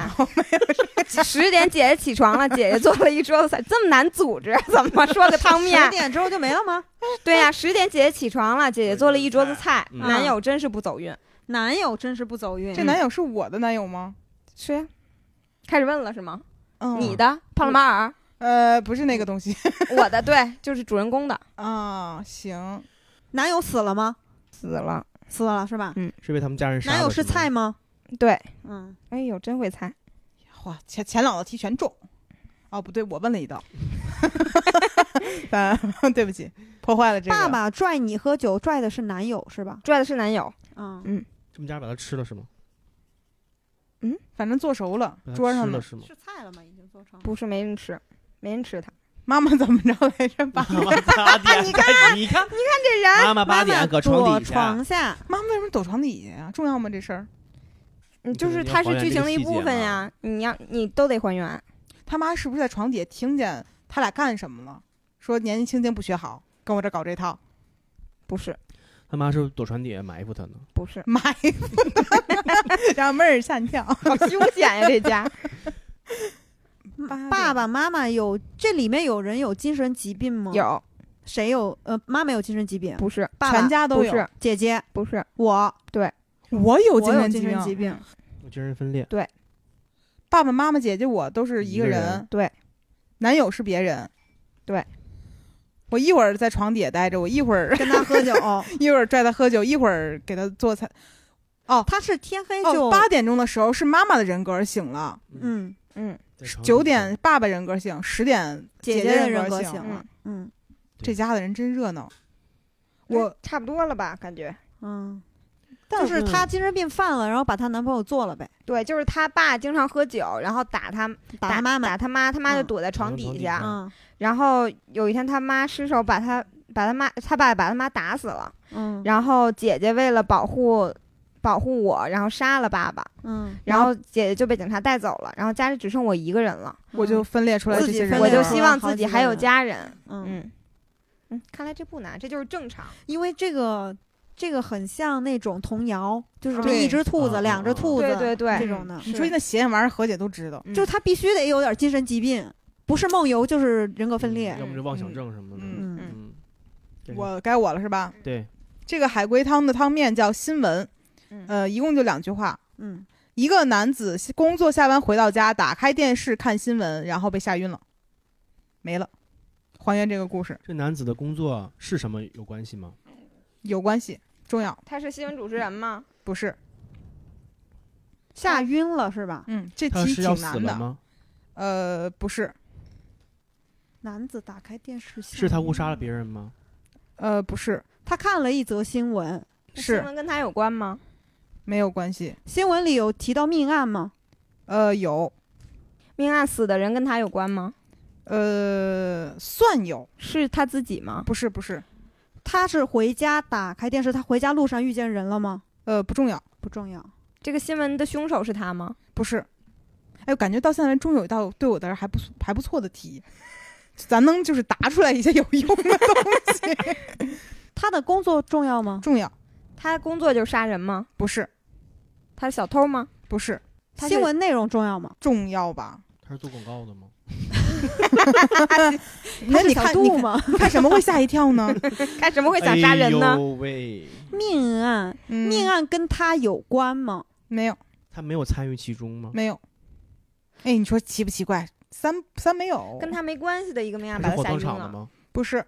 [SPEAKER 3] 十点姐姐起床了，姐姐做了一桌子菜，这么难组织，怎么说个汤
[SPEAKER 4] 十
[SPEAKER 3] 面？
[SPEAKER 4] 点之后就没了吗？
[SPEAKER 3] 对呀、十点姐姐起床了，姐姐做了一桌子菜，
[SPEAKER 2] 嗯
[SPEAKER 3] 男友真是不走运。
[SPEAKER 4] 男友真是不走运。
[SPEAKER 1] 这男友是我的男友吗？
[SPEAKER 3] 是呀，开始问了是吗？
[SPEAKER 1] 嗯，
[SPEAKER 3] 你的帕洛马尔，
[SPEAKER 1] 呃，不是那个东西
[SPEAKER 3] 我的对，就是主人公的
[SPEAKER 1] 啊。行，
[SPEAKER 4] 男友死了吗？
[SPEAKER 3] 死了。
[SPEAKER 4] 死了是吧？
[SPEAKER 2] 是被他们家人杀了
[SPEAKER 4] 男友是
[SPEAKER 2] 吗
[SPEAKER 4] 菜吗？
[SPEAKER 3] 对，
[SPEAKER 4] 嗯，
[SPEAKER 3] 哎呦，真会猜。
[SPEAKER 1] 哇，前前两道题全中。哦，不对，我问了一道， 咱对不起，破坏了这个。
[SPEAKER 4] 爸爸拽你喝酒，拽的是男友是吧？
[SPEAKER 3] 拽的是男友，
[SPEAKER 4] 嗯，
[SPEAKER 2] 他们家人把他吃了是吗？
[SPEAKER 1] 反正做熟了
[SPEAKER 2] 把，他
[SPEAKER 1] 桌
[SPEAKER 2] 呃吃
[SPEAKER 1] 上
[SPEAKER 2] 了
[SPEAKER 1] 的
[SPEAKER 2] 是吗？
[SPEAKER 4] 是菜了吗？已经做成
[SPEAKER 3] 不是没人吃，没人吃他。
[SPEAKER 1] 妈妈怎么着来着？爸爸，
[SPEAKER 2] 八点，你看，你看，
[SPEAKER 3] 这人
[SPEAKER 2] 妈妈八点搁
[SPEAKER 4] 躲
[SPEAKER 2] 床底下
[SPEAKER 4] 床，下，
[SPEAKER 1] 妈妈为什么躲床底下呀？重要吗这事儿？
[SPEAKER 3] 嗯
[SPEAKER 2] 你
[SPEAKER 3] 就
[SPEAKER 2] 就是是要还
[SPEAKER 3] 它是
[SPEAKER 2] 原
[SPEAKER 3] 剧
[SPEAKER 2] 这
[SPEAKER 3] 情
[SPEAKER 2] 个
[SPEAKER 3] 的一
[SPEAKER 2] 细
[SPEAKER 3] 部
[SPEAKER 2] 节
[SPEAKER 3] 分
[SPEAKER 2] 嘛
[SPEAKER 3] 呀，你要你都得还原。
[SPEAKER 1] 他妈是不是在床底下听见他俩干什么了？说年纪轻轻不学好，跟我这搞这套，，
[SPEAKER 3] 不是，
[SPEAKER 2] 他妈是不是躲床底下埋伏他呢？
[SPEAKER 3] 不是
[SPEAKER 1] 埋伏他， 让妹儿吓一跳。
[SPEAKER 3] 好凶险呀这 家。
[SPEAKER 4] 爸爸妈妈有这里面有人有精神疾病吗？，
[SPEAKER 3] 有
[SPEAKER 4] 谁有？呃，妈妈有精神疾病，
[SPEAKER 3] 不是
[SPEAKER 4] 爸爸
[SPEAKER 1] 全家都
[SPEAKER 3] 不
[SPEAKER 1] 有，
[SPEAKER 3] 是
[SPEAKER 4] 姐姐
[SPEAKER 3] 不是
[SPEAKER 4] 我
[SPEAKER 1] 我有精
[SPEAKER 4] 我有
[SPEAKER 1] 神
[SPEAKER 4] 精
[SPEAKER 1] 疾
[SPEAKER 4] 神疾
[SPEAKER 1] 病，嗯
[SPEAKER 4] 病，
[SPEAKER 2] 我精神分裂，
[SPEAKER 1] 爸爸妈妈、姐姐我都是一个
[SPEAKER 2] 一个
[SPEAKER 1] 人，
[SPEAKER 2] 人
[SPEAKER 3] 对，
[SPEAKER 1] 男友是别人，
[SPEAKER 3] 对。
[SPEAKER 1] 我一会儿在床底下待着，我一会儿
[SPEAKER 4] 跟他喝酒。
[SPEAKER 1] 一会儿拽他喝酒，一会儿给他做菜。
[SPEAKER 4] 他是天黑就
[SPEAKER 1] 哦，八点钟的时候是妈妈的人格醒了，
[SPEAKER 4] 嗯，
[SPEAKER 3] 嗯
[SPEAKER 2] 在床底下
[SPEAKER 1] 九点爸爸人格醒，十点
[SPEAKER 4] 姐
[SPEAKER 1] 姐
[SPEAKER 4] 的人
[SPEAKER 1] 格
[SPEAKER 3] 嗯
[SPEAKER 4] 格
[SPEAKER 1] 醒
[SPEAKER 4] 了，嗯，
[SPEAKER 1] 这家的人真热闹。我
[SPEAKER 3] 差不多了吧？感觉
[SPEAKER 4] 嗯，但是她精神病犯了，然后把她男朋友做了呗，
[SPEAKER 3] 对，就是他爸经常喝酒，然后打他
[SPEAKER 4] 打她妈妈，
[SPEAKER 3] 打他妈，他妈就
[SPEAKER 4] 嗯
[SPEAKER 3] 躲在
[SPEAKER 2] 嗯
[SPEAKER 3] 床
[SPEAKER 2] 床
[SPEAKER 3] 底
[SPEAKER 2] 底
[SPEAKER 3] 下
[SPEAKER 2] 下。
[SPEAKER 4] 嗯
[SPEAKER 3] 然后有一天他妈失手把他把他妈他爸把他妈打死了。
[SPEAKER 4] 嗯
[SPEAKER 3] 然后姐姐为了保护保护我，然后杀了爸爸，
[SPEAKER 4] 嗯，
[SPEAKER 3] 然后姐姐就被警察带走了，然后家里只剩我一个人了。
[SPEAKER 1] 我就分裂出来
[SPEAKER 4] 嗯自
[SPEAKER 1] 这
[SPEAKER 4] 己
[SPEAKER 1] 些人
[SPEAKER 4] 分
[SPEAKER 1] 了，
[SPEAKER 3] 我
[SPEAKER 4] 裂
[SPEAKER 3] 就
[SPEAKER 4] 出
[SPEAKER 3] 希
[SPEAKER 4] 来
[SPEAKER 3] 望
[SPEAKER 4] 好
[SPEAKER 3] 自己
[SPEAKER 4] 几
[SPEAKER 3] 还
[SPEAKER 4] 个
[SPEAKER 3] 有
[SPEAKER 4] 人
[SPEAKER 3] 家人。
[SPEAKER 4] 嗯，
[SPEAKER 3] 嗯嗯，看来这不难，这就是正常。
[SPEAKER 4] 因为这个这个很像那种童谣，就是
[SPEAKER 1] 对
[SPEAKER 4] 一只兔子、
[SPEAKER 2] 嗯
[SPEAKER 4] 两只兔子，
[SPEAKER 3] 对对对，
[SPEAKER 4] 这种的，
[SPEAKER 1] 你说那邪性玩意儿，何姐都知道。
[SPEAKER 3] 嗯
[SPEAKER 4] 就是他必须得有点精神疾病，不是梦游就是人格分裂
[SPEAKER 2] 嗯。要么就妄想症什么
[SPEAKER 1] 嗯
[SPEAKER 2] 的。
[SPEAKER 4] 嗯
[SPEAKER 2] 嗯，对
[SPEAKER 1] 我该我了是吧？
[SPEAKER 2] 对，
[SPEAKER 1] 这个海龟汤的汤面叫新闻，
[SPEAKER 3] 嗯
[SPEAKER 1] 呃，一共就两句话。
[SPEAKER 4] 嗯，
[SPEAKER 1] 一个男子工作下班回到家，打开电视看新闻，然后被吓晕了，没了。还原这个故事
[SPEAKER 2] 这男子的工作是什么有关系吗？
[SPEAKER 1] 有关系，重要
[SPEAKER 3] 他是新闻主持人吗？
[SPEAKER 1] 不是？
[SPEAKER 4] 吓晕了是吧？
[SPEAKER 1] 嗯，这
[SPEAKER 2] 他
[SPEAKER 1] 题
[SPEAKER 2] 是
[SPEAKER 1] 挺
[SPEAKER 2] 要死
[SPEAKER 1] 难
[SPEAKER 2] 了
[SPEAKER 1] 的。
[SPEAKER 2] 吗？
[SPEAKER 1] 呃，不是，
[SPEAKER 4] 男子打开电视，吓
[SPEAKER 2] 是他误
[SPEAKER 4] 晕
[SPEAKER 2] 杀了
[SPEAKER 4] 人，
[SPEAKER 2] 别人吗？
[SPEAKER 1] 呃，不是，
[SPEAKER 4] 他看了一则新闻，
[SPEAKER 3] 新
[SPEAKER 1] 是
[SPEAKER 3] 闻跟他有关吗？
[SPEAKER 1] 没有关系。
[SPEAKER 4] 新闻里有提到命案吗？
[SPEAKER 1] 呃，有，
[SPEAKER 3] 命案死的人跟他有关吗？
[SPEAKER 1] 呃，算有，
[SPEAKER 3] 是他自己吗？
[SPEAKER 1] 不是，不是，
[SPEAKER 4] 他是回家打开电视，他回家路上遇见人了吗？
[SPEAKER 1] 呃，不重要，
[SPEAKER 4] 不重要，
[SPEAKER 3] 这个新闻的凶手是他吗？
[SPEAKER 1] 不是。哎，我感觉到现在为止终有一道对我的还不错还不错的题， 咱能就是答出来一些有用的东西。
[SPEAKER 4] 他的工作重要吗？
[SPEAKER 1] 重要，
[SPEAKER 3] 他工作就是杀人吗？
[SPEAKER 1] 不是，
[SPEAKER 3] 他是小偷吗？
[SPEAKER 1] 不是，
[SPEAKER 3] 他是
[SPEAKER 4] 新闻内容重要吗？
[SPEAKER 1] 重要吧？
[SPEAKER 2] 他是做广告的吗？
[SPEAKER 1] 那
[SPEAKER 4] 他是
[SPEAKER 1] 你
[SPEAKER 4] 小
[SPEAKER 1] 看，你
[SPEAKER 4] 度
[SPEAKER 1] 看
[SPEAKER 4] 吗？
[SPEAKER 1] 你看什么会吓一跳呢？
[SPEAKER 3] 干什么会想杀人
[SPEAKER 2] 哎
[SPEAKER 3] 呢？
[SPEAKER 2] 呦喂，
[SPEAKER 4] 命案，
[SPEAKER 1] 嗯
[SPEAKER 4] 命
[SPEAKER 3] 啊
[SPEAKER 4] 案跟他有关吗？
[SPEAKER 1] 没有，
[SPEAKER 2] 他没有参与其中吗？
[SPEAKER 1] 没有。哎，你说奇不奇怪？三三没有，
[SPEAKER 3] 跟他没关系的一个命案把
[SPEAKER 2] 他是火
[SPEAKER 3] 他吓
[SPEAKER 2] 葬
[SPEAKER 3] 晕
[SPEAKER 2] 场的
[SPEAKER 3] 了。
[SPEAKER 2] 吗？
[SPEAKER 1] 不是，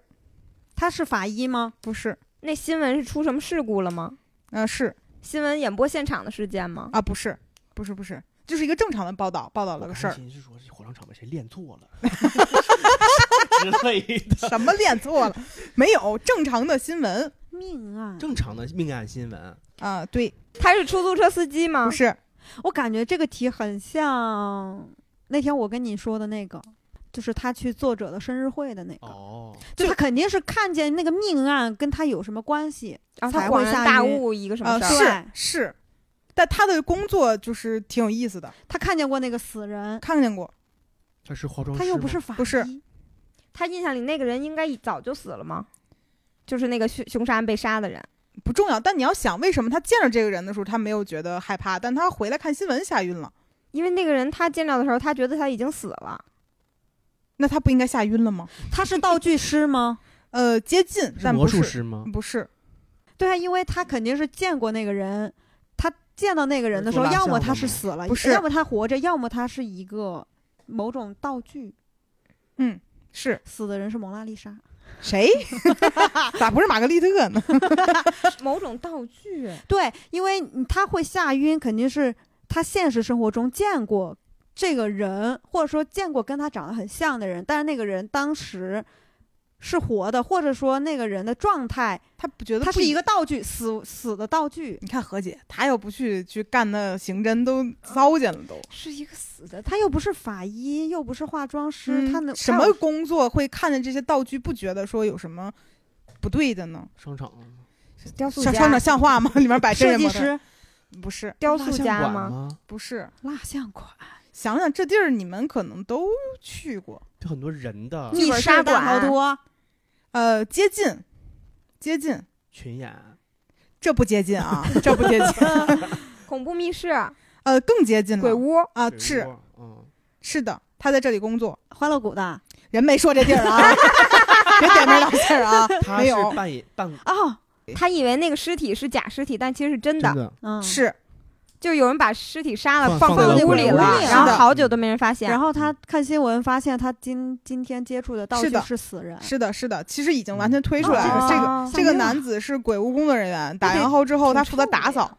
[SPEAKER 4] 他是法医吗？
[SPEAKER 1] 不是，
[SPEAKER 3] 那新闻是出什么事故了吗？
[SPEAKER 1] 呃，是
[SPEAKER 3] 新闻演播现场的事件吗？
[SPEAKER 1] 啊，不是，不是，不是，就是一个正常的报道，报道了个事儿，
[SPEAKER 2] 心是说这火葬场被谁练错 了之类的，
[SPEAKER 1] 什么练错了？ 没有，正常的新闻
[SPEAKER 4] 命案，
[SPEAKER 2] 正常的命案新闻。
[SPEAKER 1] 啊，对，
[SPEAKER 3] 他是出租车司机吗
[SPEAKER 1] 不？是，
[SPEAKER 4] 我感觉这个题很像那天我跟你说的那个，就是他去作者的生日会的那个，
[SPEAKER 2] 哦，
[SPEAKER 4] 就他肯定是看见那个命案跟他有什么关系，
[SPEAKER 3] 然后他
[SPEAKER 4] 才
[SPEAKER 3] 恍
[SPEAKER 4] 会
[SPEAKER 3] 然
[SPEAKER 4] 下
[SPEAKER 3] 大
[SPEAKER 4] 雨
[SPEAKER 3] 悟一个什么
[SPEAKER 1] 呃，
[SPEAKER 3] 事
[SPEAKER 4] 儿
[SPEAKER 3] 儿？
[SPEAKER 1] 是
[SPEAKER 4] 对
[SPEAKER 1] 是，但他的工作就是挺有意思的，
[SPEAKER 4] 他看见过那个死人，
[SPEAKER 1] 看见过，
[SPEAKER 2] 他是化妆师
[SPEAKER 4] 他
[SPEAKER 2] 吗，
[SPEAKER 4] 又不是法医，
[SPEAKER 1] 不是
[SPEAKER 3] 他印象里那个人应该一早就死了吗？就是那个凶凶杀案被杀的人，
[SPEAKER 1] 不重要。但你要想，为什么他见着这个人的时候，他没有觉得害怕，但他回来看新闻吓晕了，
[SPEAKER 3] 因为那个人他见到的时候，他觉得他已经死了。
[SPEAKER 1] 那他不应该吓晕了吗？
[SPEAKER 4] 他是道具师吗？
[SPEAKER 1] 呃，接近，
[SPEAKER 2] 是
[SPEAKER 1] 但
[SPEAKER 2] 魔
[SPEAKER 1] 不
[SPEAKER 2] 术
[SPEAKER 1] 是，
[SPEAKER 2] 师吗？
[SPEAKER 1] 不是，
[SPEAKER 4] 对啊，因为他肯定是见过那个人，他见到那个人的时候，
[SPEAKER 2] 做蜡
[SPEAKER 4] 要么
[SPEAKER 2] 像
[SPEAKER 4] 他
[SPEAKER 2] 的
[SPEAKER 4] 是
[SPEAKER 2] 吗
[SPEAKER 4] 死了，
[SPEAKER 1] 不是
[SPEAKER 4] 要么他活着，要么他是一个某种道具。
[SPEAKER 1] 嗯，是
[SPEAKER 4] 死的人是蒙娜丽莎，
[SPEAKER 1] 谁？ 咋不是玛格丽特呢？
[SPEAKER 3] 某种道具，
[SPEAKER 4] 对，因为你他会吓晕，肯定是他现实生活中见过这个人，或者说见过跟他长得很像的人，但是那个人当时是活的，或者说那个人的状态，
[SPEAKER 1] 他不觉得
[SPEAKER 4] 他
[SPEAKER 1] 不
[SPEAKER 4] 是一个道具，死死的道具，
[SPEAKER 1] 你看何姐，她要不去去干那刑侦，都糟践了都。
[SPEAKER 3] 是一个死 的。
[SPEAKER 4] 他又不是法医，又不是化妆师，他能
[SPEAKER 1] 嗯什
[SPEAKER 4] 他
[SPEAKER 1] 么
[SPEAKER 4] 有
[SPEAKER 1] 工作会看见这些道具不觉得说有什么不对的呢？
[SPEAKER 2] 商场的吗
[SPEAKER 3] 雕塑
[SPEAKER 1] 上上
[SPEAKER 3] 家
[SPEAKER 1] 场，像话吗？ 里面摆真
[SPEAKER 4] 设
[SPEAKER 1] 人
[SPEAKER 4] 计
[SPEAKER 1] 模特
[SPEAKER 4] 师
[SPEAKER 1] 不是
[SPEAKER 3] 雕塑家
[SPEAKER 2] 管
[SPEAKER 3] 吗？
[SPEAKER 2] 吗？
[SPEAKER 1] 不是，
[SPEAKER 4] 蜡像馆、
[SPEAKER 1] 想想这地儿你们可能都去过，
[SPEAKER 2] 就很多人的
[SPEAKER 3] 剧
[SPEAKER 4] 密
[SPEAKER 3] 本
[SPEAKER 4] 室
[SPEAKER 3] 杀
[SPEAKER 4] 大
[SPEAKER 3] 馆
[SPEAKER 4] 逃脱，
[SPEAKER 1] 呃，接近，接近，
[SPEAKER 2] 群演，
[SPEAKER 1] 这不接近啊， 这不接近，
[SPEAKER 3] 恐怖密室、
[SPEAKER 1] 呃，更接近
[SPEAKER 3] 鬼
[SPEAKER 1] 了
[SPEAKER 3] 屋，
[SPEAKER 1] 啊，
[SPEAKER 2] 鬼
[SPEAKER 1] 是
[SPEAKER 2] 屋，嗯，
[SPEAKER 1] 是的，他在这里工作，
[SPEAKER 4] 欢乐谷的啊、
[SPEAKER 1] 人没说这地儿啊，别点名道姓儿啊，
[SPEAKER 2] 他
[SPEAKER 1] 没
[SPEAKER 2] 是
[SPEAKER 1] 有
[SPEAKER 2] 扮演扮
[SPEAKER 4] 哦
[SPEAKER 3] 他以为那个尸体是假尸体，但其实是真的。
[SPEAKER 2] 真的
[SPEAKER 4] 嗯，
[SPEAKER 1] 是
[SPEAKER 3] 就有人把尸体杀了，
[SPEAKER 2] 放
[SPEAKER 3] 放
[SPEAKER 2] 放
[SPEAKER 3] 在
[SPEAKER 4] 在
[SPEAKER 3] 屋
[SPEAKER 4] 屋
[SPEAKER 3] 里
[SPEAKER 4] 里
[SPEAKER 3] 了
[SPEAKER 4] 了，
[SPEAKER 3] 然
[SPEAKER 1] 是
[SPEAKER 3] 后
[SPEAKER 1] 的
[SPEAKER 3] 好久都没人发现。
[SPEAKER 4] 然后他看新闻发现他今今天接触的道
[SPEAKER 1] 是
[SPEAKER 4] 具
[SPEAKER 1] 的
[SPEAKER 4] 是死人，
[SPEAKER 1] 是的，是的，其实已经完全推出来
[SPEAKER 2] 哦
[SPEAKER 1] 了，这个
[SPEAKER 3] 哦
[SPEAKER 1] 这个男子是鬼屋工作人员，打烊后之后他负责打扫，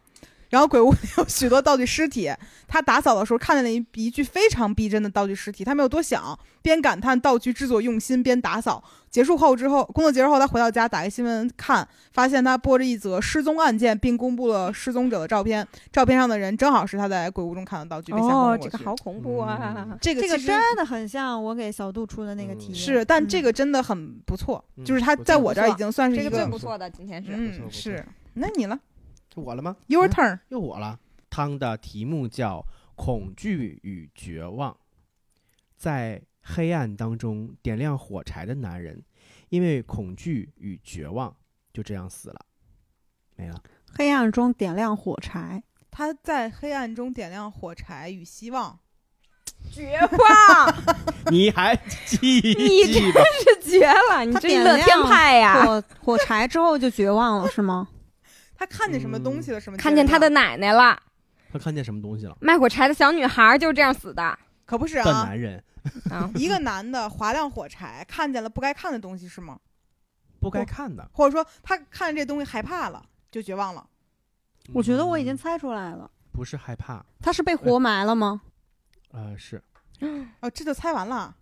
[SPEAKER 1] 然后鬼屋里有许多道具尸体，他打扫的时候看见了一一具非常逼真的道具尸体，他没有多想，边感叹道具制作用心边打扫。结束后之后，工作结束后，他回到家打开新闻看，发现他播着一则失踪案件，并公布了失踪者的照片，照片上的人正好是他在鬼屋中看到的道具，被吓昏过，
[SPEAKER 3] 哦这个
[SPEAKER 1] 去
[SPEAKER 3] 好恐怖啊！
[SPEAKER 2] 嗯
[SPEAKER 1] 这个
[SPEAKER 4] 这个
[SPEAKER 1] 其实
[SPEAKER 4] 真的很像我给小度出的那个
[SPEAKER 2] 嗯
[SPEAKER 4] 题，
[SPEAKER 1] 是，但这
[SPEAKER 4] 嗯
[SPEAKER 1] 个真的很不错，
[SPEAKER 2] 嗯
[SPEAKER 1] 就是他
[SPEAKER 2] 不错
[SPEAKER 1] 在我这儿已
[SPEAKER 3] 不错
[SPEAKER 1] 经算是
[SPEAKER 3] 这
[SPEAKER 1] 一
[SPEAKER 3] 个最
[SPEAKER 2] 不
[SPEAKER 3] 不
[SPEAKER 2] 错
[SPEAKER 3] 错的，今天是
[SPEAKER 2] 不错不
[SPEAKER 1] 嗯，
[SPEAKER 2] 错
[SPEAKER 1] 是。那你呢
[SPEAKER 2] 就我了吗？
[SPEAKER 1] ？Your
[SPEAKER 2] 嗯
[SPEAKER 1] turn。
[SPEAKER 2] 又我了。汤的题目叫《恐惧与绝望》。在黑暗当中点亮火柴的男人，因为恐惧与绝望，就这样死了，没 了。
[SPEAKER 4] 黑暗中点亮火柴，
[SPEAKER 1] 他在黑暗中点亮火柴与希望。
[SPEAKER 3] 绝 望，
[SPEAKER 2] 你还记
[SPEAKER 3] 你
[SPEAKER 2] 记吧？
[SPEAKER 3] 这绝了！你
[SPEAKER 4] 他
[SPEAKER 3] 这
[SPEAKER 4] 点
[SPEAKER 3] 乐
[SPEAKER 4] 亮
[SPEAKER 3] 天派呀！
[SPEAKER 4] 火火柴之后就绝望了是吗？
[SPEAKER 1] 他看见什么东西
[SPEAKER 2] 嗯
[SPEAKER 1] 了？什么？
[SPEAKER 3] 看见他的，奶奶了，
[SPEAKER 2] 他看见什么东西了？
[SPEAKER 3] 卖火柴的小女孩就这样 死的
[SPEAKER 1] 可不是
[SPEAKER 2] 的
[SPEAKER 1] 啊！！
[SPEAKER 2] 男人
[SPEAKER 3] 啊
[SPEAKER 1] 一个男的划亮火柴，看见了不该看的东西是吗？
[SPEAKER 2] 不该看的。
[SPEAKER 1] 或者说他看见这东西害怕了，就绝望了。
[SPEAKER 4] 我觉得我已经
[SPEAKER 2] 嗯
[SPEAKER 4] 猜出来了，
[SPEAKER 2] 不是害怕，
[SPEAKER 4] 他是被活埋了吗？
[SPEAKER 2] 呃，是
[SPEAKER 1] 哦，这就猜完了。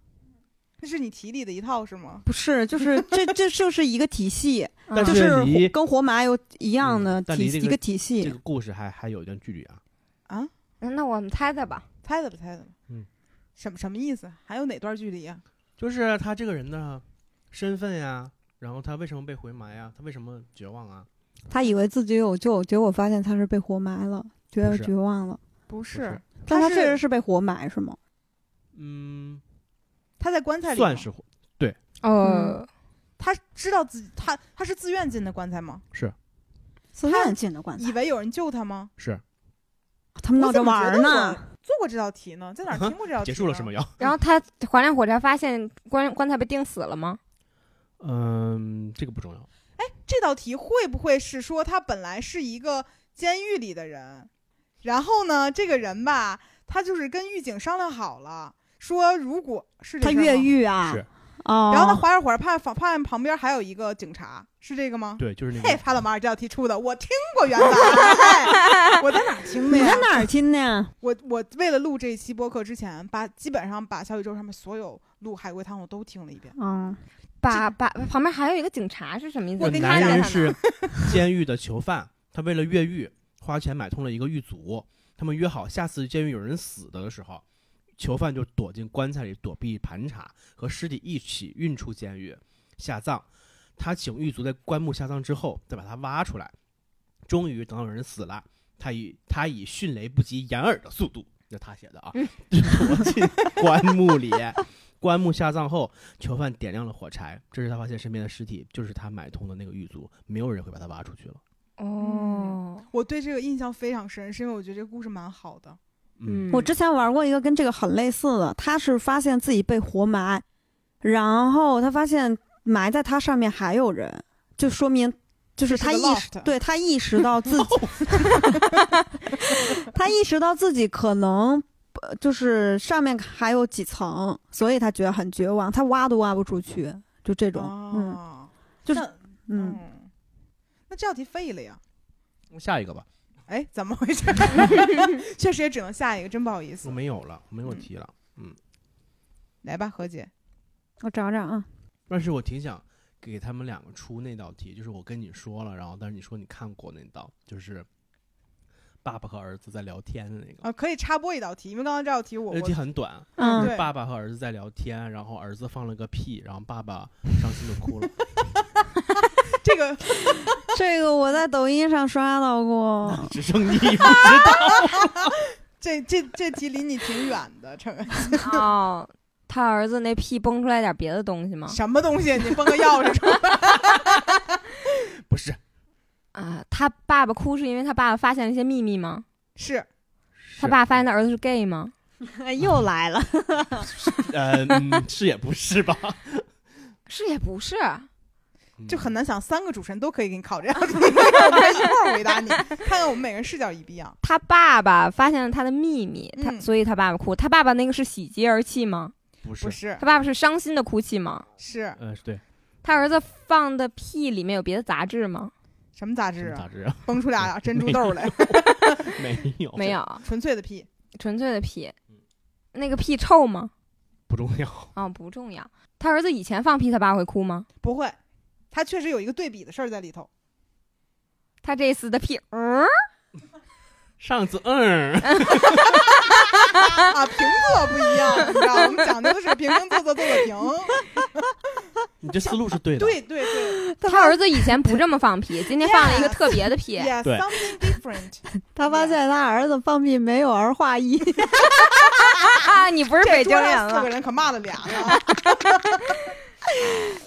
[SPEAKER 1] 那是你题里的一套是吗？
[SPEAKER 4] 不是，就是这这就是一个体系，
[SPEAKER 3] 嗯
[SPEAKER 2] 但
[SPEAKER 4] 就是是
[SPEAKER 2] 离
[SPEAKER 4] 火跟活埋有一样的
[SPEAKER 2] 嗯但
[SPEAKER 4] 体
[SPEAKER 2] 离这
[SPEAKER 4] 系
[SPEAKER 2] 个
[SPEAKER 4] 一个体
[SPEAKER 2] 这
[SPEAKER 4] 系
[SPEAKER 2] 个。故事还还有一段距离啊。
[SPEAKER 1] 啊，
[SPEAKER 3] 嗯那我们猜猜吧，
[SPEAKER 1] 猜的吧，猜的吧。
[SPEAKER 2] 嗯，
[SPEAKER 1] 什么什么意思？还有哪段距离啊？
[SPEAKER 2] 就是他这个人的身份呀，然后他为什么被回埋呀？他为什么绝望啊？
[SPEAKER 4] 他以为自己有救，结果发现他是被活埋了，觉
[SPEAKER 2] 不
[SPEAKER 4] 得
[SPEAKER 2] 是
[SPEAKER 4] 绝望了。
[SPEAKER 1] 不
[SPEAKER 2] 是
[SPEAKER 1] 是，
[SPEAKER 4] 但
[SPEAKER 1] 他
[SPEAKER 4] 他
[SPEAKER 1] 是
[SPEAKER 4] 确实是被活埋是吗？
[SPEAKER 2] 嗯，
[SPEAKER 1] 他在棺材里吗
[SPEAKER 2] 算是活
[SPEAKER 3] 哦，
[SPEAKER 1] 他知道自己他他是自愿进的棺材吗？
[SPEAKER 2] 是
[SPEAKER 4] 自愿进的棺材
[SPEAKER 1] 以，为有人救他吗？
[SPEAKER 2] 是
[SPEAKER 4] 他们闹
[SPEAKER 1] 我怎
[SPEAKER 4] 着
[SPEAKER 1] 么
[SPEAKER 4] 玩
[SPEAKER 1] 觉
[SPEAKER 4] 儿
[SPEAKER 1] 得
[SPEAKER 4] 呢。
[SPEAKER 1] 我做过这道题呢，在哪儿听过这道题？
[SPEAKER 2] 结束了是吗？？要
[SPEAKER 3] 然后他划亮火柴，发现棺棺材被钉死了吗？
[SPEAKER 2] 嗯，这个不重要，
[SPEAKER 1] 这道题会不会是说他本来是一个监狱里的人，然后呢，这个人吧，他就是跟狱警商量好了，说如果是这
[SPEAKER 4] 他
[SPEAKER 1] 事儿
[SPEAKER 4] 越
[SPEAKER 1] 吗，
[SPEAKER 4] 狱啊
[SPEAKER 2] 是，
[SPEAKER 4] 哦，
[SPEAKER 1] 然后他划着火柴怕发现旁边还有一个警察，是这个吗？
[SPEAKER 2] 对，就是那
[SPEAKER 1] 嘿，
[SPEAKER 2] 个
[SPEAKER 1] 帕洛马尔这道题出的，我听过 原来，哎我在哪儿听的
[SPEAKER 4] 你
[SPEAKER 1] 呀
[SPEAKER 4] 在？哪儿听的呀？
[SPEAKER 1] 我我为了录这一期播客之前，把基本上把小宇宙上面所有录海龟汤我都听了一遍。
[SPEAKER 4] 嗯，
[SPEAKER 3] 把把旁边还有一个警察是什么意思？
[SPEAKER 1] 我给你
[SPEAKER 2] 男
[SPEAKER 1] 讲
[SPEAKER 2] 人
[SPEAKER 1] 讲
[SPEAKER 2] 是监狱的囚犯，他为了越狱花钱买通了一个狱卒，他们约好下次监狱有人死的时候，囚犯就躲进棺材里躲避盘查，和尸体一起运出监狱下葬。他请狱卒在棺木下葬之后再把他挖出来，终于等到有人死了，他以他以迅雷不及掩耳的速度，这他写的啊，躲进 棺木里。棺木下葬后，囚犯点亮了火柴，这时他发现身边的尸体就是他买通的那个狱卒，没有人会把他挖出去了。
[SPEAKER 3] 哦，
[SPEAKER 1] 我对这个印象非常深，是因为我觉得这个故事蛮好的。
[SPEAKER 2] 嗯，
[SPEAKER 4] 我之前玩过一个跟这个很类似的，他是发现自己被活埋，然后他发现埋在他上面还有人，就说明就是
[SPEAKER 1] 这是
[SPEAKER 4] 他
[SPEAKER 1] 个
[SPEAKER 4] 意识
[SPEAKER 1] loft
[SPEAKER 4] 对他意识到 自己，他意识到自己可能。呃就是上面还有几层，所以他觉得很绝望，他挖都挖不出去，就这种，嗯
[SPEAKER 1] 哦，
[SPEAKER 4] 就是
[SPEAKER 1] 那
[SPEAKER 4] 嗯，
[SPEAKER 1] 那这道题废了呀？
[SPEAKER 2] 嗯下一个吧，
[SPEAKER 1] 哎，怎么回事？ 确实也只能下一个，真不好意
[SPEAKER 2] 我
[SPEAKER 1] 思。
[SPEAKER 2] 没有了，我没有
[SPEAKER 1] 嗯
[SPEAKER 2] 题了。
[SPEAKER 1] 来吧，何姐，
[SPEAKER 4] 我找找啊，
[SPEAKER 2] 但是我挺想给他们两个出那道题，就是我跟你说了，然后但是你说你看过那道，就是爸爸和儿子在聊天的那个。
[SPEAKER 1] 啊，可以插播一道题，因为刚刚这道题我
[SPEAKER 2] 那题
[SPEAKER 1] 我
[SPEAKER 2] 很短，
[SPEAKER 4] 嗯，
[SPEAKER 1] 对
[SPEAKER 2] 爸爸和儿子在聊天，然后儿子放了个屁，然后爸爸伤心的哭了。
[SPEAKER 1] 这个
[SPEAKER 4] 这个我在抖音上刷到过，
[SPEAKER 2] 只剩你不知道。
[SPEAKER 1] 这这这题离你挺远的，成
[SPEAKER 3] 哦，他儿子那屁崩出来点别的东西吗？
[SPEAKER 1] 什么东西？你崩个钥匙出来？
[SPEAKER 2] 不是，
[SPEAKER 3] 啊，他爸爸哭是因为他爸爸发现了一些秘密吗？
[SPEAKER 1] 是
[SPEAKER 3] 他
[SPEAKER 2] 是
[SPEAKER 3] 爸发现他儿子是 gay 吗？
[SPEAKER 4] 又来 了，
[SPEAKER 2] 呃，嗯是也不是吧？
[SPEAKER 3] 是也不是，
[SPEAKER 1] 就很
[SPEAKER 2] 嗯
[SPEAKER 1] 难想，三个主持人都可以给你考这道题， 我们一块儿回答你，看看我们每个人视角一不一样。
[SPEAKER 3] 他爸爸发现了他的秘密，他
[SPEAKER 1] 嗯
[SPEAKER 3] 所以他爸爸哭。他爸爸那个是喜极而泣吗？
[SPEAKER 2] 不是
[SPEAKER 1] 不，是
[SPEAKER 3] 他，爸爸是伤心的哭泣吗？
[SPEAKER 1] 是
[SPEAKER 2] 呃，对，
[SPEAKER 3] 他儿子放的屁里面有别的杂质吗？
[SPEAKER 1] 什么杂
[SPEAKER 2] 什
[SPEAKER 1] 志
[SPEAKER 2] 么
[SPEAKER 1] 啊？
[SPEAKER 2] 杂志啊？
[SPEAKER 1] 崩出俩珍珠豆来，
[SPEAKER 2] 没有，
[SPEAKER 3] 没，有，
[SPEAKER 1] 纯粹的屁。
[SPEAKER 3] 纯粹的屁。那个屁臭吗？
[SPEAKER 2] 不重要。
[SPEAKER 3] 啊、不重要。他儿子以前放屁，他爸会哭吗？
[SPEAKER 1] 不会，他确实有一个对比的事儿在里头。
[SPEAKER 3] 他这一次的屁，嗯，
[SPEAKER 2] 上次嗯，
[SPEAKER 1] 啊，平仄不一样，你知道，我们讲究的是平平仄仄仄仄平。
[SPEAKER 2] 你这思路是对的。
[SPEAKER 1] 对对对
[SPEAKER 3] 他儿子以前不这么放屁，今天放了一个特别 的屁。
[SPEAKER 1] ，yes
[SPEAKER 2] 对
[SPEAKER 1] something different。
[SPEAKER 4] 他发现他儿子放屁没有儿化 音，
[SPEAKER 3] 啊，你不是
[SPEAKER 1] 这
[SPEAKER 3] 北京
[SPEAKER 1] 桌
[SPEAKER 3] 人
[SPEAKER 1] 上四
[SPEAKER 3] 了
[SPEAKER 1] 个？人可骂了俩 了，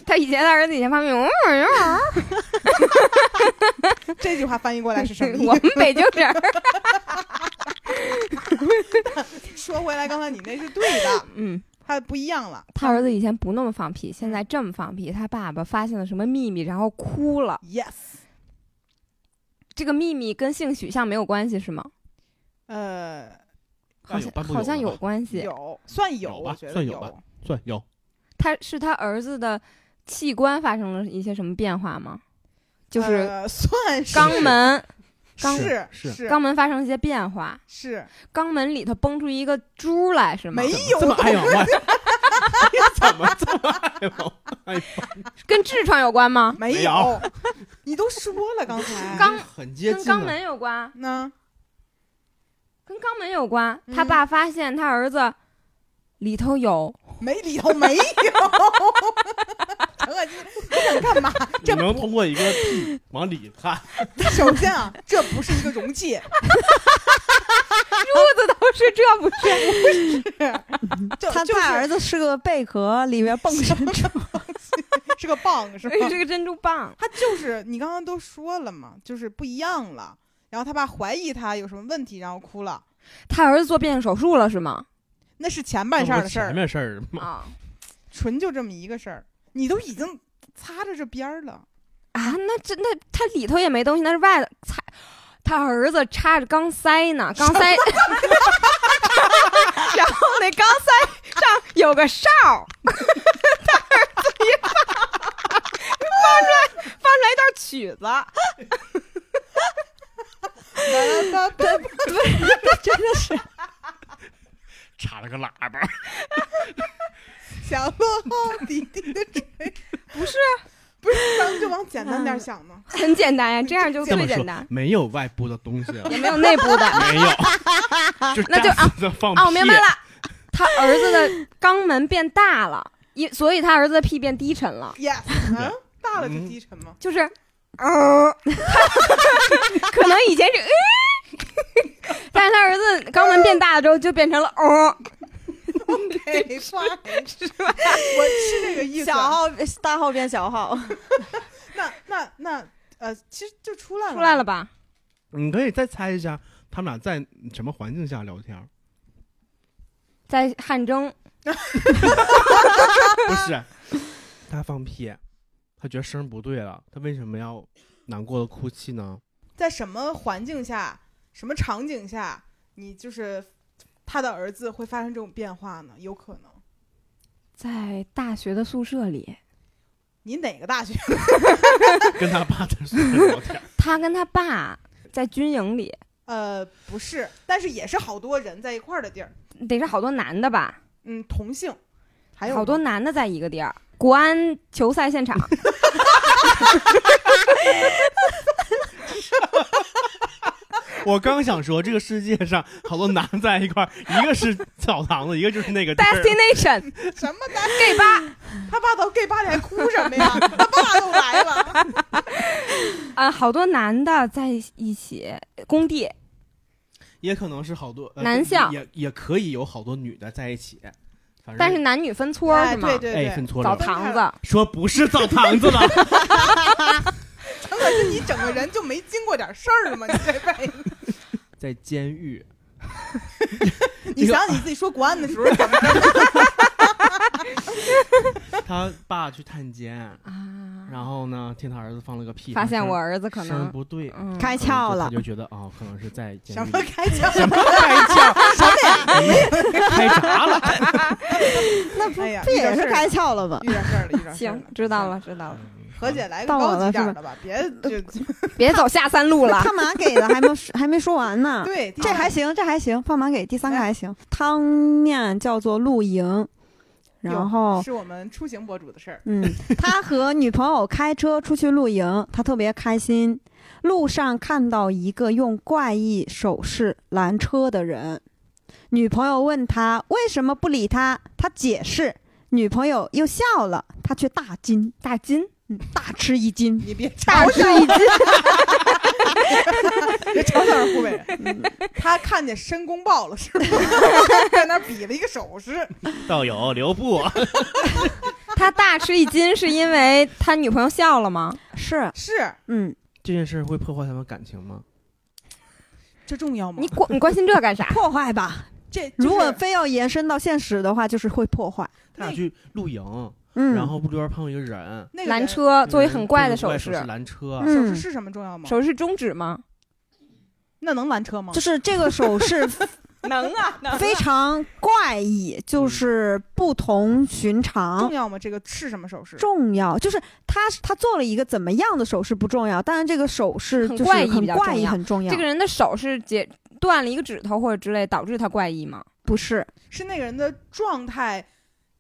[SPEAKER 3] 他以前他儿子以前放屁，嗯嗯嗯
[SPEAKER 1] 这句话翻译过来是什么意
[SPEAKER 3] 嗯我
[SPEAKER 1] 思？
[SPEAKER 3] 们北京人 儿，
[SPEAKER 1] 说回来，刚才你那是对的，
[SPEAKER 3] 嗯。
[SPEAKER 1] 它不一样了。
[SPEAKER 3] 他儿子以前不那么放屁，现在
[SPEAKER 1] 嗯
[SPEAKER 3] 这么放屁。他爸爸发现了什么秘密，然后哭了。
[SPEAKER 1] yes，
[SPEAKER 3] 这个秘密跟性取向没有关系是吗？
[SPEAKER 1] 呃，
[SPEAKER 2] 那
[SPEAKER 3] 好
[SPEAKER 2] 有
[SPEAKER 3] 像
[SPEAKER 2] 半部
[SPEAKER 3] 好像
[SPEAKER 2] 有
[SPEAKER 3] 有
[SPEAKER 2] 了吧
[SPEAKER 3] 关系。
[SPEAKER 1] 有算
[SPEAKER 2] 有吧
[SPEAKER 1] 我觉得
[SPEAKER 2] 算有吧算有
[SPEAKER 3] 他是他儿子的器官发生了一些什么变化吗？就是
[SPEAKER 1] 呃算是
[SPEAKER 3] 肛门，肛
[SPEAKER 1] 是
[SPEAKER 2] 是
[SPEAKER 1] 是
[SPEAKER 3] 肛门发生一些变化，
[SPEAKER 1] 是
[SPEAKER 3] 肛门里头蹦出一个珠来是吗？
[SPEAKER 1] 没有
[SPEAKER 2] 这么爱
[SPEAKER 1] 都
[SPEAKER 2] 往外，怎么这么爱往外
[SPEAKER 3] 跟痔疮有关吗？
[SPEAKER 1] 没
[SPEAKER 2] 没 有，
[SPEAKER 1] 你都说了刚才
[SPEAKER 3] 肛
[SPEAKER 2] 很接
[SPEAKER 3] 跟
[SPEAKER 2] 近
[SPEAKER 3] 肛
[SPEAKER 2] 了。
[SPEAKER 3] 门有关，
[SPEAKER 1] 呢
[SPEAKER 3] 跟肛门有关。
[SPEAKER 1] 嗯
[SPEAKER 3] 他爸发现他儿子里 头有，
[SPEAKER 1] 没里头 没有。 陈可辛，你想干嘛？
[SPEAKER 2] 你
[SPEAKER 1] 这
[SPEAKER 2] 能通过一个屁往里看，
[SPEAKER 1] 首先啊，这不是一个容器，
[SPEAKER 3] 肚子都是这不是？
[SPEAKER 1] 这
[SPEAKER 4] 他
[SPEAKER 1] 就是
[SPEAKER 4] 大儿子是个贝壳，里面蹦珍珠。
[SPEAKER 1] 是个棒，是吧？
[SPEAKER 3] 这个珍珠棒，
[SPEAKER 1] 他就是你刚刚都说了嘛，就是不一样了。然后他爸怀疑他有什么问题，然后哭了。
[SPEAKER 3] 他儿子做变性手术了是吗？
[SPEAKER 1] 那是前半
[SPEAKER 2] 那
[SPEAKER 1] 扇
[SPEAKER 2] 不
[SPEAKER 1] 的
[SPEAKER 2] 是
[SPEAKER 1] 事
[SPEAKER 2] 前
[SPEAKER 1] 儿，
[SPEAKER 2] 面事儿吗？
[SPEAKER 3] 啊
[SPEAKER 1] 纯就这么一个事儿。你都已经擦着这边儿了，
[SPEAKER 3] 啊，那这那他里头也没东西，那是外头才。他儿子插着钢塞 呢，钢塞， 然后那钢塞上有个哨 儿，他儿子一放，放出来放出来一段曲子，
[SPEAKER 1] 哒哒哒
[SPEAKER 2] 插了个喇叭，
[SPEAKER 1] 想落后滴滴的吹。
[SPEAKER 3] 不是
[SPEAKER 1] 不是，咱们就往简单点儿想嘛。
[SPEAKER 3] 很简单呀，这样就
[SPEAKER 2] 这
[SPEAKER 3] 最
[SPEAKER 2] 么
[SPEAKER 3] 简
[SPEAKER 2] 说
[SPEAKER 3] 单，
[SPEAKER 2] 没有外部的东西 了，
[SPEAKER 3] 也没有内部的。
[SPEAKER 2] 没有，就
[SPEAKER 3] 那就
[SPEAKER 2] 干死的放屁。
[SPEAKER 3] 哦，我明白了，他儿子的肛门变大了，一所以他儿子的屁变低沉了。
[SPEAKER 1] yes，嗯，大了就
[SPEAKER 2] 嗯
[SPEAKER 1] 低沉嘛。
[SPEAKER 3] 就是，呃，可能以前是，哎， 但是他儿子肛门变大了之后就变成了，哦，
[SPEAKER 1] OK，是吧？哎我是这个意思。啊
[SPEAKER 4] 小号呃大号变小号，
[SPEAKER 1] 那那那呃，其实就出来了，
[SPEAKER 3] 出来了，吧？
[SPEAKER 2] 你可以再猜一下，他们俩在什么环境下聊天儿？
[SPEAKER 3] 在汗蒸，
[SPEAKER 2] 不是，他放屁，他觉得声儿不对了，他为什么要难过的哭泣呢？
[SPEAKER 1] 在什么环境下、什么场景下，你就是他的儿子会发生这种变化呢？有可能。
[SPEAKER 3] 在大学的宿舍里，
[SPEAKER 1] 你哪个大学？
[SPEAKER 2] 跟他爸在宿舍聊天儿，
[SPEAKER 3] 他跟他爸在军营里，
[SPEAKER 1] 呃，不是，但是也是好多人在一块儿的地儿。
[SPEAKER 3] 得是好多男的吧？
[SPEAKER 1] 嗯，同性，还有
[SPEAKER 3] 好多
[SPEAKER 1] 吗
[SPEAKER 3] 男的在一个地儿，国安球赛 现场，
[SPEAKER 2] 我刚想说，这个世界上好多男在一块儿，一个是澡堂子，一个就是那个地儿。
[SPEAKER 3] Destination
[SPEAKER 1] 什么男？
[SPEAKER 3] gay 吧？
[SPEAKER 1] 他爸到 gay 吧里还哭什么呀？他爸都来了，
[SPEAKER 3] 啊，好多男的在一起，工地
[SPEAKER 1] 哎
[SPEAKER 2] 也可能是好多、呃
[SPEAKER 3] 男校
[SPEAKER 2] 也也可以有好多女的在一起，反正
[SPEAKER 3] 但是男女分搓
[SPEAKER 1] 哎
[SPEAKER 3] 是吗
[SPEAKER 1] 对？对
[SPEAKER 2] 哎，
[SPEAKER 1] 对
[SPEAKER 2] 分，错
[SPEAKER 3] 澡
[SPEAKER 2] 了，
[SPEAKER 3] 堂子，
[SPEAKER 2] 说不是澡堂 子了，
[SPEAKER 1] 陈可辛，你整个人就没经过点事儿吗？你这辈子，
[SPEAKER 2] 在监狱，
[SPEAKER 1] 你想想你自己说国安的时候怎么着？
[SPEAKER 2] 他爸去探监，
[SPEAKER 3] 啊，
[SPEAKER 2] 然后呢，听他儿子放了个屁，
[SPEAKER 3] 发现
[SPEAKER 2] 声
[SPEAKER 3] 我儿子可
[SPEAKER 2] 声儿
[SPEAKER 3] 能，
[SPEAKER 2] 不对，
[SPEAKER 3] 嗯，
[SPEAKER 4] 开
[SPEAKER 2] 可能
[SPEAKER 4] 窍
[SPEAKER 2] 就
[SPEAKER 4] 了
[SPEAKER 2] 他就觉得哦，可能是在监
[SPEAKER 1] 什
[SPEAKER 2] 狱
[SPEAKER 1] 么
[SPEAKER 2] 里
[SPEAKER 1] 开枪？
[SPEAKER 2] 什么开窍，什么呀，开闸了，
[SPEAKER 4] 那不
[SPEAKER 1] 哎呀
[SPEAKER 4] 不也
[SPEAKER 1] 遇到事
[SPEAKER 4] 是
[SPEAKER 1] 儿
[SPEAKER 4] 开窍了吗？
[SPEAKER 1] 遇点事儿了，遇点事儿了
[SPEAKER 3] 行，知道了，知道了。
[SPEAKER 2] 嗯
[SPEAKER 1] 何姐来个
[SPEAKER 4] 到我
[SPEAKER 1] 高
[SPEAKER 4] 了
[SPEAKER 1] 级点
[SPEAKER 4] 是
[SPEAKER 1] 儿
[SPEAKER 4] 吧
[SPEAKER 1] 的吧，别就
[SPEAKER 3] 别走下三 路了。
[SPEAKER 4] 胖马给的还没有还没说完呢。
[SPEAKER 1] 对，第
[SPEAKER 4] 啊这
[SPEAKER 1] 三
[SPEAKER 4] 还行，这还行，胖马给第三个还行。汤面叫做露营，
[SPEAKER 1] 哟
[SPEAKER 4] 然后
[SPEAKER 1] 是我们出行博主的事儿。
[SPEAKER 4] 嗯，他和女朋友开车出去露营，他特别开心。路上看到一个用怪异手势拦车的人，女朋友问他为什么不理他，他解释，女朋友又笑了，他却大惊，
[SPEAKER 3] 大金，
[SPEAKER 4] 嗯，大吃一惊。
[SPEAKER 1] 你别
[SPEAKER 3] 大
[SPEAKER 1] 嘲
[SPEAKER 3] 吃
[SPEAKER 1] 笑，
[SPEAKER 3] 一惊，
[SPEAKER 1] 别嘲笑湖北 人。
[SPEAKER 4] 嗯
[SPEAKER 1] 他看见申公豹了是吗？在那儿比了一个手势，
[SPEAKER 2] 道友留步，
[SPEAKER 3] 他大吃一惊是因为他女朋友笑了吗？
[SPEAKER 4] 是，
[SPEAKER 1] 是
[SPEAKER 4] 嗯，
[SPEAKER 2] 这件事会破坏他们感情吗？
[SPEAKER 1] 这重要吗
[SPEAKER 3] 你？关你关心这干啥？
[SPEAKER 4] 破坏吧。
[SPEAKER 1] 这就
[SPEAKER 4] 如
[SPEAKER 1] 是
[SPEAKER 4] 果非要延伸到现实的话，就是会破坏。
[SPEAKER 2] 他俩
[SPEAKER 1] 那
[SPEAKER 2] 去露营，
[SPEAKER 4] 嗯，呃
[SPEAKER 2] 然后路边碰一个人，
[SPEAKER 1] 那个
[SPEAKER 3] 拦
[SPEAKER 1] 人
[SPEAKER 3] 车作为很怪的
[SPEAKER 2] 手
[SPEAKER 3] 手
[SPEAKER 2] 势
[SPEAKER 3] 势，
[SPEAKER 2] 拦车，
[SPEAKER 4] 嗯
[SPEAKER 1] 手势是什么重要吗？
[SPEAKER 3] 手势中指吗？
[SPEAKER 1] 那能拦车吗
[SPEAKER 4] 就？是这个手势
[SPEAKER 3] 能啊，能
[SPEAKER 4] 非常 怪异，就是不同寻常
[SPEAKER 1] 重。要吗？这个是什么手势？
[SPEAKER 4] 重要就是他他做了一个怎么样的手势不重要，当然这个手势
[SPEAKER 3] 很
[SPEAKER 4] 就是
[SPEAKER 3] 怪异
[SPEAKER 4] 很
[SPEAKER 3] 比较
[SPEAKER 4] 怪
[SPEAKER 3] 重
[SPEAKER 4] 异
[SPEAKER 3] 要
[SPEAKER 4] 很重要。
[SPEAKER 3] 这个人的手是截断了一个指头或者之类，导致他怪异吗？
[SPEAKER 4] 不是
[SPEAKER 1] 是那个人的状态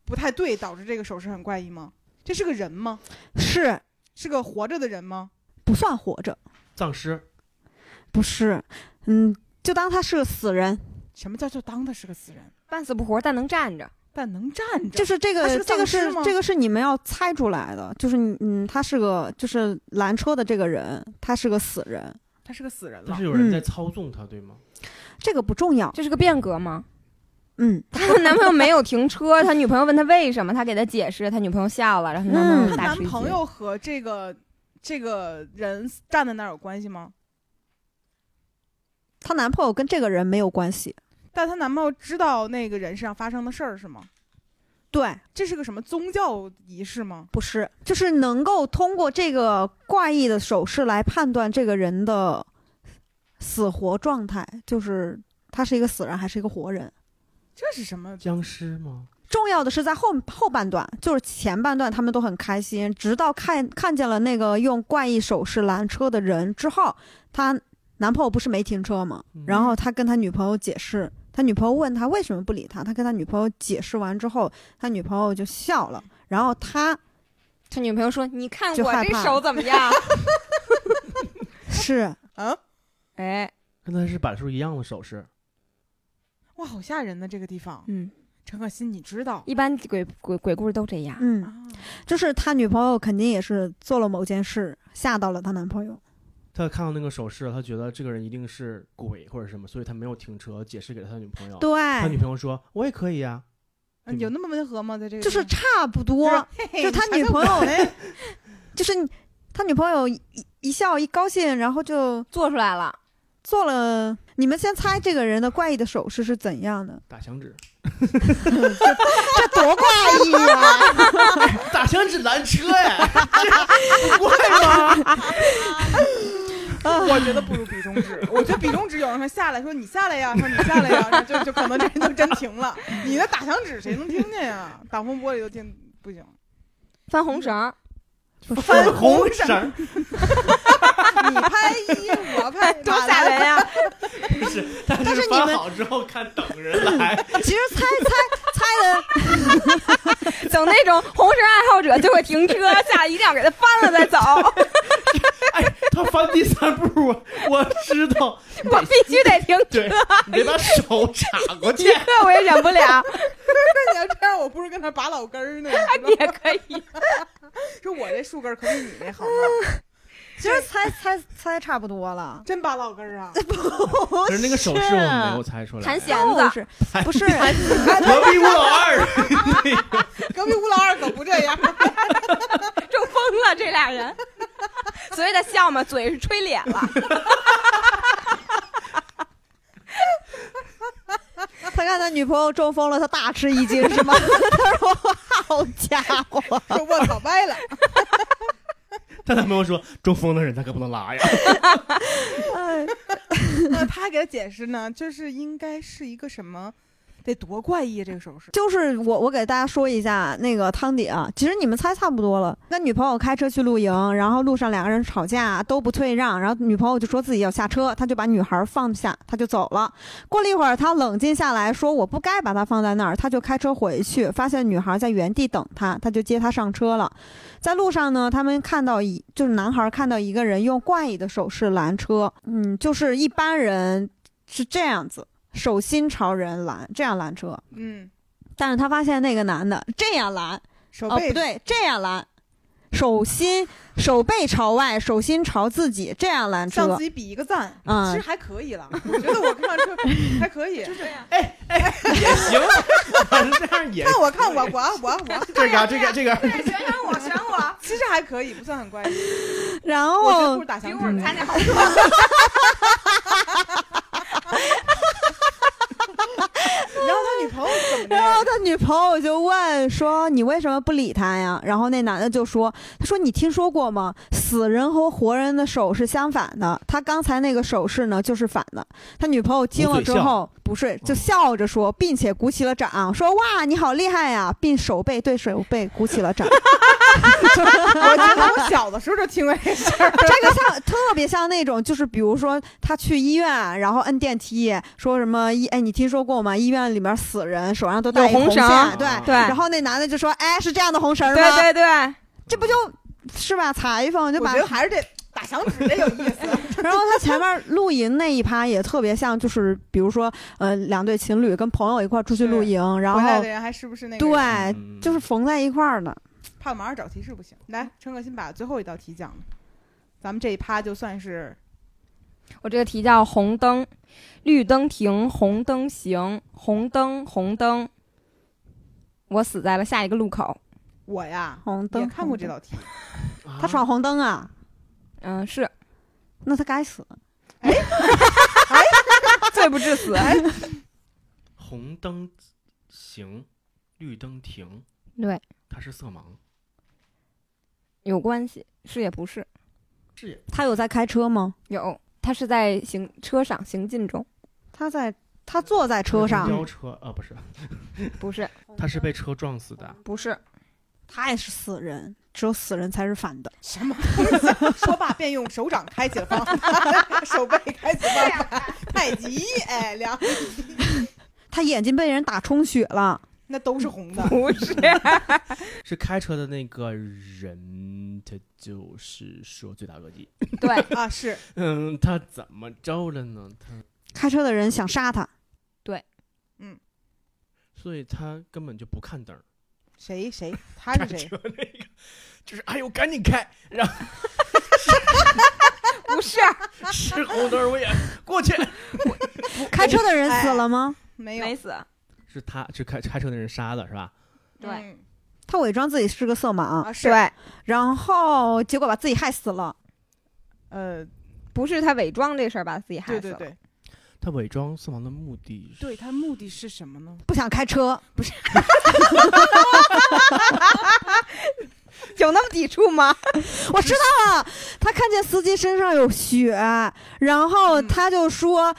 [SPEAKER 1] 不太对，导致这个手势很怪异吗？这是个人吗？
[SPEAKER 4] 是
[SPEAKER 1] 是个活着的人吗？
[SPEAKER 4] 不算活着，
[SPEAKER 2] 葬尸，
[SPEAKER 4] 嗯不是，嗯，就当他是个死人，
[SPEAKER 1] 什么叫就当他是个死人，
[SPEAKER 3] 半死不活，但能站着。
[SPEAKER 1] 但能站着？
[SPEAKER 4] 就是这
[SPEAKER 1] 他
[SPEAKER 4] 个
[SPEAKER 1] 是个
[SPEAKER 4] 这
[SPEAKER 1] 丧
[SPEAKER 4] 个
[SPEAKER 1] 尸
[SPEAKER 4] 是
[SPEAKER 1] 吗
[SPEAKER 4] 这个是你们要猜出来的，就是你嗯，他是个就是拦车的这个人，他是个死人，
[SPEAKER 1] 他是个死人了
[SPEAKER 2] 但是。有人
[SPEAKER 4] 嗯
[SPEAKER 2] 在操纵他，对吗？
[SPEAKER 4] 这个不重要，
[SPEAKER 3] 这是个变革 吗？
[SPEAKER 4] 嗯，
[SPEAKER 3] 她男朋友没有停车，他女朋友问他为什么，他给他解释，他女朋友笑了，然后他男朋
[SPEAKER 4] 嗯
[SPEAKER 1] 她
[SPEAKER 3] 友大
[SPEAKER 1] 男
[SPEAKER 3] 吃一
[SPEAKER 1] 朋
[SPEAKER 3] 惊。
[SPEAKER 1] 友和这个这个人站在那儿有关系吗？
[SPEAKER 4] 她男朋友跟这个人没有关系，
[SPEAKER 1] 但她男朋友知道那个人身上发生的事儿是吗？
[SPEAKER 4] 对，
[SPEAKER 1] 这是个什么宗教仪式吗？
[SPEAKER 4] 不是，就是能够通过这个怪异的手势来判断这个人的死活状态，就是他是一个死人还是一个活人。
[SPEAKER 1] 这是什么？
[SPEAKER 2] 僵尸吗？
[SPEAKER 4] 重要的是在后后半段，就是前半段他们都很开心，直到看看见了那个用怪异手势拦车的人之后，她男朋友不是没停车吗？
[SPEAKER 2] 嗯
[SPEAKER 4] 然后他跟他女朋友解释，他女朋友问他为什么不理他，他跟他女朋友解释完之后，他女朋友就笑了，然后他
[SPEAKER 3] 他女朋友说：“你看
[SPEAKER 4] 就
[SPEAKER 3] 我
[SPEAKER 4] 害
[SPEAKER 3] 这
[SPEAKER 4] 怕
[SPEAKER 3] 手怎么样
[SPEAKER 4] 是。
[SPEAKER 1] 啊，？”
[SPEAKER 3] 哎，
[SPEAKER 2] 跟他是摆出一样的手势，
[SPEAKER 1] 哇，好吓人的这个地方。
[SPEAKER 3] 嗯，
[SPEAKER 1] 陈可辛，你知道？
[SPEAKER 3] 一般鬼鬼鬼故事都这样。
[SPEAKER 4] 嗯，
[SPEAKER 1] 啊，
[SPEAKER 4] 就是他女朋友肯定也是做了某件事，吓到了她男朋友。
[SPEAKER 2] 他看到那个手势，他觉得这个人一定是鬼或者什么，所以他没有停车，解释给了他女朋友。哦他女
[SPEAKER 4] 对，
[SPEAKER 2] 朋友说：“我也可以啊。
[SPEAKER 1] 嗯有那么温和吗？在这个
[SPEAKER 4] 就是
[SPEAKER 1] 地
[SPEAKER 4] 差不多，
[SPEAKER 1] 方
[SPEAKER 4] 就是他女
[SPEAKER 1] 嘿嘿你
[SPEAKER 4] 朋，
[SPEAKER 1] 瞧瞧我
[SPEAKER 4] 友哎
[SPEAKER 1] 嘞
[SPEAKER 4] 就是你他女朋友一一笑一高兴，然后就
[SPEAKER 3] 做出来了，
[SPEAKER 4] 做了。你们先猜这个人的怪异的手势是怎样的？”
[SPEAKER 2] 打响指，
[SPEAKER 4] 这多怪异啊呀、
[SPEAKER 2] 打响指拦车哎！
[SPEAKER 1] 我觉得不如比中指。我觉得比中指有人说下来，说你下来呀，说你下来呀，然后就就可能这人就真停了。你那打响指谁能听见呀？挡风玻璃都听不行。
[SPEAKER 3] 翻红绳儿，
[SPEAKER 4] 不是，
[SPEAKER 1] 翻
[SPEAKER 2] 红
[SPEAKER 1] 绳
[SPEAKER 2] 绳，
[SPEAKER 1] 你拍
[SPEAKER 4] 哎
[SPEAKER 1] 一，我拍
[SPEAKER 3] 多吓人呀！
[SPEAKER 2] 不是，但
[SPEAKER 4] 但是
[SPEAKER 2] 是
[SPEAKER 4] 你
[SPEAKER 2] 翻
[SPEAKER 4] 们
[SPEAKER 2] 好之后看等人来，
[SPEAKER 4] 其实猜 猜猜
[SPEAKER 3] 等那种红绳爱好者就会停车，下来一定要给他翻了再走。
[SPEAKER 2] 哎，他翻第三步，我我知道，
[SPEAKER 3] 我必须得停
[SPEAKER 2] 对
[SPEAKER 3] 车，，
[SPEAKER 2] 你得把手插过去
[SPEAKER 3] 一。刻我也忍不了。
[SPEAKER 1] 那你要这样，我不如跟他拔老根儿呢。
[SPEAKER 4] 哎
[SPEAKER 3] 你 也可以，
[SPEAKER 1] 说我这树根儿可比你那好吗？
[SPEAKER 4] 的，其实猜猜猜差不多了。
[SPEAKER 1] 真拔老根儿 啊！
[SPEAKER 2] 可是那个手势我们没有猜出来。
[SPEAKER 3] 弹弦
[SPEAKER 4] 就
[SPEAKER 3] 子，
[SPEAKER 4] 是啊不是？
[SPEAKER 2] 隔壁吴老二，
[SPEAKER 1] 隔壁吴老二可不这样。
[SPEAKER 3] 中风了这俩 人，所以他笑嘛，嘴是吹脸 了。
[SPEAKER 4] 他看他女朋友中风了，他大吃一惊是吗？ 他说：“好家伙！”
[SPEAKER 1] 说我操，歪 了。
[SPEAKER 2] 他男朋友说中风的人他可不能拉呀。
[SPEAKER 4] 哎
[SPEAKER 1] 那他给他解释呢，就是应该是一个什么得多怪异啊这个手势。
[SPEAKER 4] 就是我，我给大家说一下那个汤底啊，其实你们猜差不多了。跟女朋友开车去露营，然后路上两个人吵架，都不退让，然后女朋友就说自己要下车，他就把女孩放下，他就走了。过了一会儿，他冷静下来说我不该把她放在那儿，他就开车回去，发现女孩在原地等他，他就接她上车了。在路上呢，他们看到一就是男孩看到一个人用怪异的手势拦车，嗯，就是一般人是这样子，手心朝人拦，这样拦车。
[SPEAKER 1] 嗯，
[SPEAKER 4] 但是他发现那个男的这样拦，
[SPEAKER 1] 手
[SPEAKER 4] 哦
[SPEAKER 1] 背
[SPEAKER 4] 不对，这样拦，手心手背朝外，手心朝自己，这样拦
[SPEAKER 1] 向
[SPEAKER 4] 车
[SPEAKER 1] 自。己比一个赞，
[SPEAKER 4] 嗯
[SPEAKER 1] 其实还可以了。我觉得我看上去还 可以，
[SPEAKER 3] 哎
[SPEAKER 2] 也 行，反正这样也
[SPEAKER 1] 看我看我我我我，
[SPEAKER 2] 这个这个这个，
[SPEAKER 3] 选选我，选我，
[SPEAKER 1] 其实还可以，不算很怪异。
[SPEAKER 4] 然
[SPEAKER 1] 我觉得不
[SPEAKER 4] 后
[SPEAKER 1] 如打响
[SPEAKER 3] 比
[SPEAKER 1] 指
[SPEAKER 3] 我们参加好多。
[SPEAKER 1] 然后他女朋友怎么
[SPEAKER 4] 然后
[SPEAKER 1] 着？
[SPEAKER 4] 他女朋友就问说：“你为什么不理他呀？”然后那男的就说：“他说你听说过吗？死人和活人的手是相反的，他刚才那个手势呢就是反的。”他女朋友听了之后不是就笑哦着说，并且鼓起了掌，说：“哇，你好厉害呀！”并手背对手背鼓起了掌。
[SPEAKER 1] 我记得我小的时候就 听过这事儿。
[SPEAKER 4] 这个像特别像那种，就是比如说他去医院，然后摁电梯，说什么医哎，你听说过吗？医院里面死人手上都带
[SPEAKER 3] 有
[SPEAKER 4] 一
[SPEAKER 3] 红
[SPEAKER 4] 线
[SPEAKER 3] 绳儿
[SPEAKER 4] 对。
[SPEAKER 2] 啊
[SPEAKER 3] 对
[SPEAKER 4] 然后那男的就说：“哎，是这样的红绳儿吗？
[SPEAKER 3] 对对对，
[SPEAKER 4] 这不就是吧？裁缝就
[SPEAKER 1] 我
[SPEAKER 4] 把
[SPEAKER 1] 觉，得还是这打响指这有意思。
[SPEAKER 4] 然后他前面露营那一趴也特别像，就是比如说，呃，两对情侣跟朋友一块儿出去露营，然
[SPEAKER 1] 回来
[SPEAKER 4] 后
[SPEAKER 1] 的人还是不是那个人？
[SPEAKER 2] 嗯
[SPEAKER 4] 对，哎就是缝在一块儿的。
[SPEAKER 1] 怕我马上找提示不行。来，陈可辛把最后一道题讲了，咱们这一趴就算是
[SPEAKER 3] 我这个题叫红灯，绿灯停，红灯行，红灯红灯，我死在了下一个路口。
[SPEAKER 1] 我呀
[SPEAKER 4] 红灯
[SPEAKER 1] 也看过这，
[SPEAKER 4] 红
[SPEAKER 1] 道 题。
[SPEAKER 4] 灯他闯红灯啊，
[SPEAKER 3] 嗯、是
[SPEAKER 4] 那他该死。
[SPEAKER 3] 罪不至死。
[SPEAKER 1] 哎
[SPEAKER 2] 红灯行，绿灯停，
[SPEAKER 3] 对，
[SPEAKER 2] 他是色盲，
[SPEAKER 3] 有关系，是也不是？
[SPEAKER 2] 是也
[SPEAKER 4] 他有在开车吗？
[SPEAKER 3] 有，他是在行车上行进中，
[SPEAKER 4] 他在，他坐在车上，
[SPEAKER 2] 飙车呃不是，
[SPEAKER 3] 不是，
[SPEAKER 2] 他是被车撞死的，
[SPEAKER 3] 不是，
[SPEAKER 4] 他也是死人，只有死人才是反的。
[SPEAKER 1] 什么东西？说罢便用手掌开启了方向盘， 手背开启方向盘，太极哎凉，
[SPEAKER 4] 他眼睛被人打充血了，
[SPEAKER 1] 那都是红的。
[SPEAKER 3] 不是，
[SPEAKER 2] 是开车的那个人，他就是说罪大恶极。
[SPEAKER 3] 对
[SPEAKER 1] 啊，是
[SPEAKER 2] 嗯，他怎么着了呢？他
[SPEAKER 4] 开车的人想杀他。
[SPEAKER 2] 所以他根本就不看灯儿，
[SPEAKER 1] 谁谁他
[SPEAKER 2] 开
[SPEAKER 1] 是谁？
[SPEAKER 2] 车那个就是哎呦赶紧开，然后
[SPEAKER 3] 不是，
[SPEAKER 2] 是红灯儿我也过去。
[SPEAKER 4] 开车的人死了吗？
[SPEAKER 1] 哎没有
[SPEAKER 3] 没死。
[SPEAKER 2] 是他是开开车的人杀的是吧？
[SPEAKER 3] 对
[SPEAKER 1] 嗯
[SPEAKER 4] 他伪装自己是个色盲，
[SPEAKER 1] 啊是
[SPEAKER 3] 对，
[SPEAKER 4] 然后结果把自己害死了。
[SPEAKER 1] 呃
[SPEAKER 3] 不是他伪装这事儿把自己害死
[SPEAKER 1] 对
[SPEAKER 3] 了。
[SPEAKER 1] 对对
[SPEAKER 2] 他伪装色盲的目的是
[SPEAKER 1] 对，他目的是什么呢？
[SPEAKER 4] 不想开车，
[SPEAKER 3] 有那么抵触吗？
[SPEAKER 4] 我知道了。他看见司机身上有血，然后
[SPEAKER 1] 嗯
[SPEAKER 4] 他就说，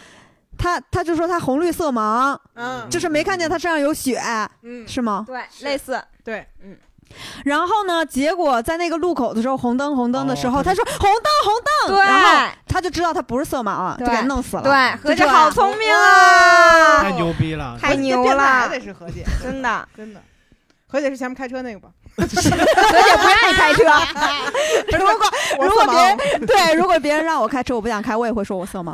[SPEAKER 4] 他他就说他红绿色盲，
[SPEAKER 1] 嗯
[SPEAKER 4] 就是没看见他身上有血，
[SPEAKER 1] 嗯
[SPEAKER 4] 是吗？
[SPEAKER 3] 对，
[SPEAKER 1] 是
[SPEAKER 3] 类似。
[SPEAKER 1] 对，
[SPEAKER 4] 然后呢，结果在那个路口的时候，红灯红灯的时候，
[SPEAKER 2] 哦
[SPEAKER 4] 他
[SPEAKER 2] 他
[SPEAKER 4] 说红灯红灯，
[SPEAKER 3] 对
[SPEAKER 4] 然后他就知道他不是色盲，就
[SPEAKER 3] 对
[SPEAKER 4] 给弄死了。
[SPEAKER 3] 对，何
[SPEAKER 4] 就
[SPEAKER 3] 姐
[SPEAKER 4] 这
[SPEAKER 3] 嗯好
[SPEAKER 4] 样
[SPEAKER 3] 聪明啊！
[SPEAKER 2] 太牛逼了，
[SPEAKER 3] 太牛
[SPEAKER 1] 变态
[SPEAKER 3] 了
[SPEAKER 1] 还得是何 姐，
[SPEAKER 3] 真的，
[SPEAKER 1] 真的。何姐是前面开车那个吧？
[SPEAKER 3] 何姐不愿意开车。
[SPEAKER 4] 如果
[SPEAKER 1] 我
[SPEAKER 4] 如
[SPEAKER 1] 色
[SPEAKER 4] 果别
[SPEAKER 1] 盲
[SPEAKER 4] 人，对，如果别人让我开车，我不想开，我也会说我色盲。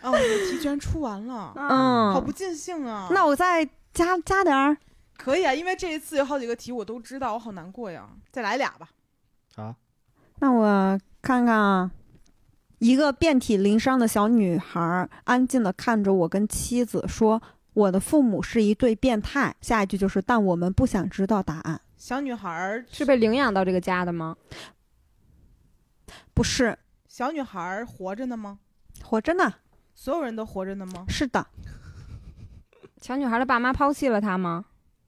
[SPEAKER 1] 啊，我的题居然出完了，
[SPEAKER 4] 嗯，
[SPEAKER 1] 好不尽兴啊！
[SPEAKER 4] 那我再加加点儿，
[SPEAKER 1] 可以啊，因为这一次有好几个题我都知道，我好难过呀。再来俩吧。
[SPEAKER 2] 啊！
[SPEAKER 4] 那我看看啊。一个遍体鳞伤的小女孩儿安静地看着我跟妻子说：“我的父母是一对变态。”下一句就是：“但我们不想知道答案。
[SPEAKER 1] 小女孩儿
[SPEAKER 3] 是被领养到这个家的吗？”
[SPEAKER 4] 不是，
[SPEAKER 1] 小女孩儿活着呢吗？
[SPEAKER 4] 活着呢。
[SPEAKER 1] 所有人都活着呢吗？
[SPEAKER 4] 是的，
[SPEAKER 3] 小女孩的爸妈抛弃了她吗？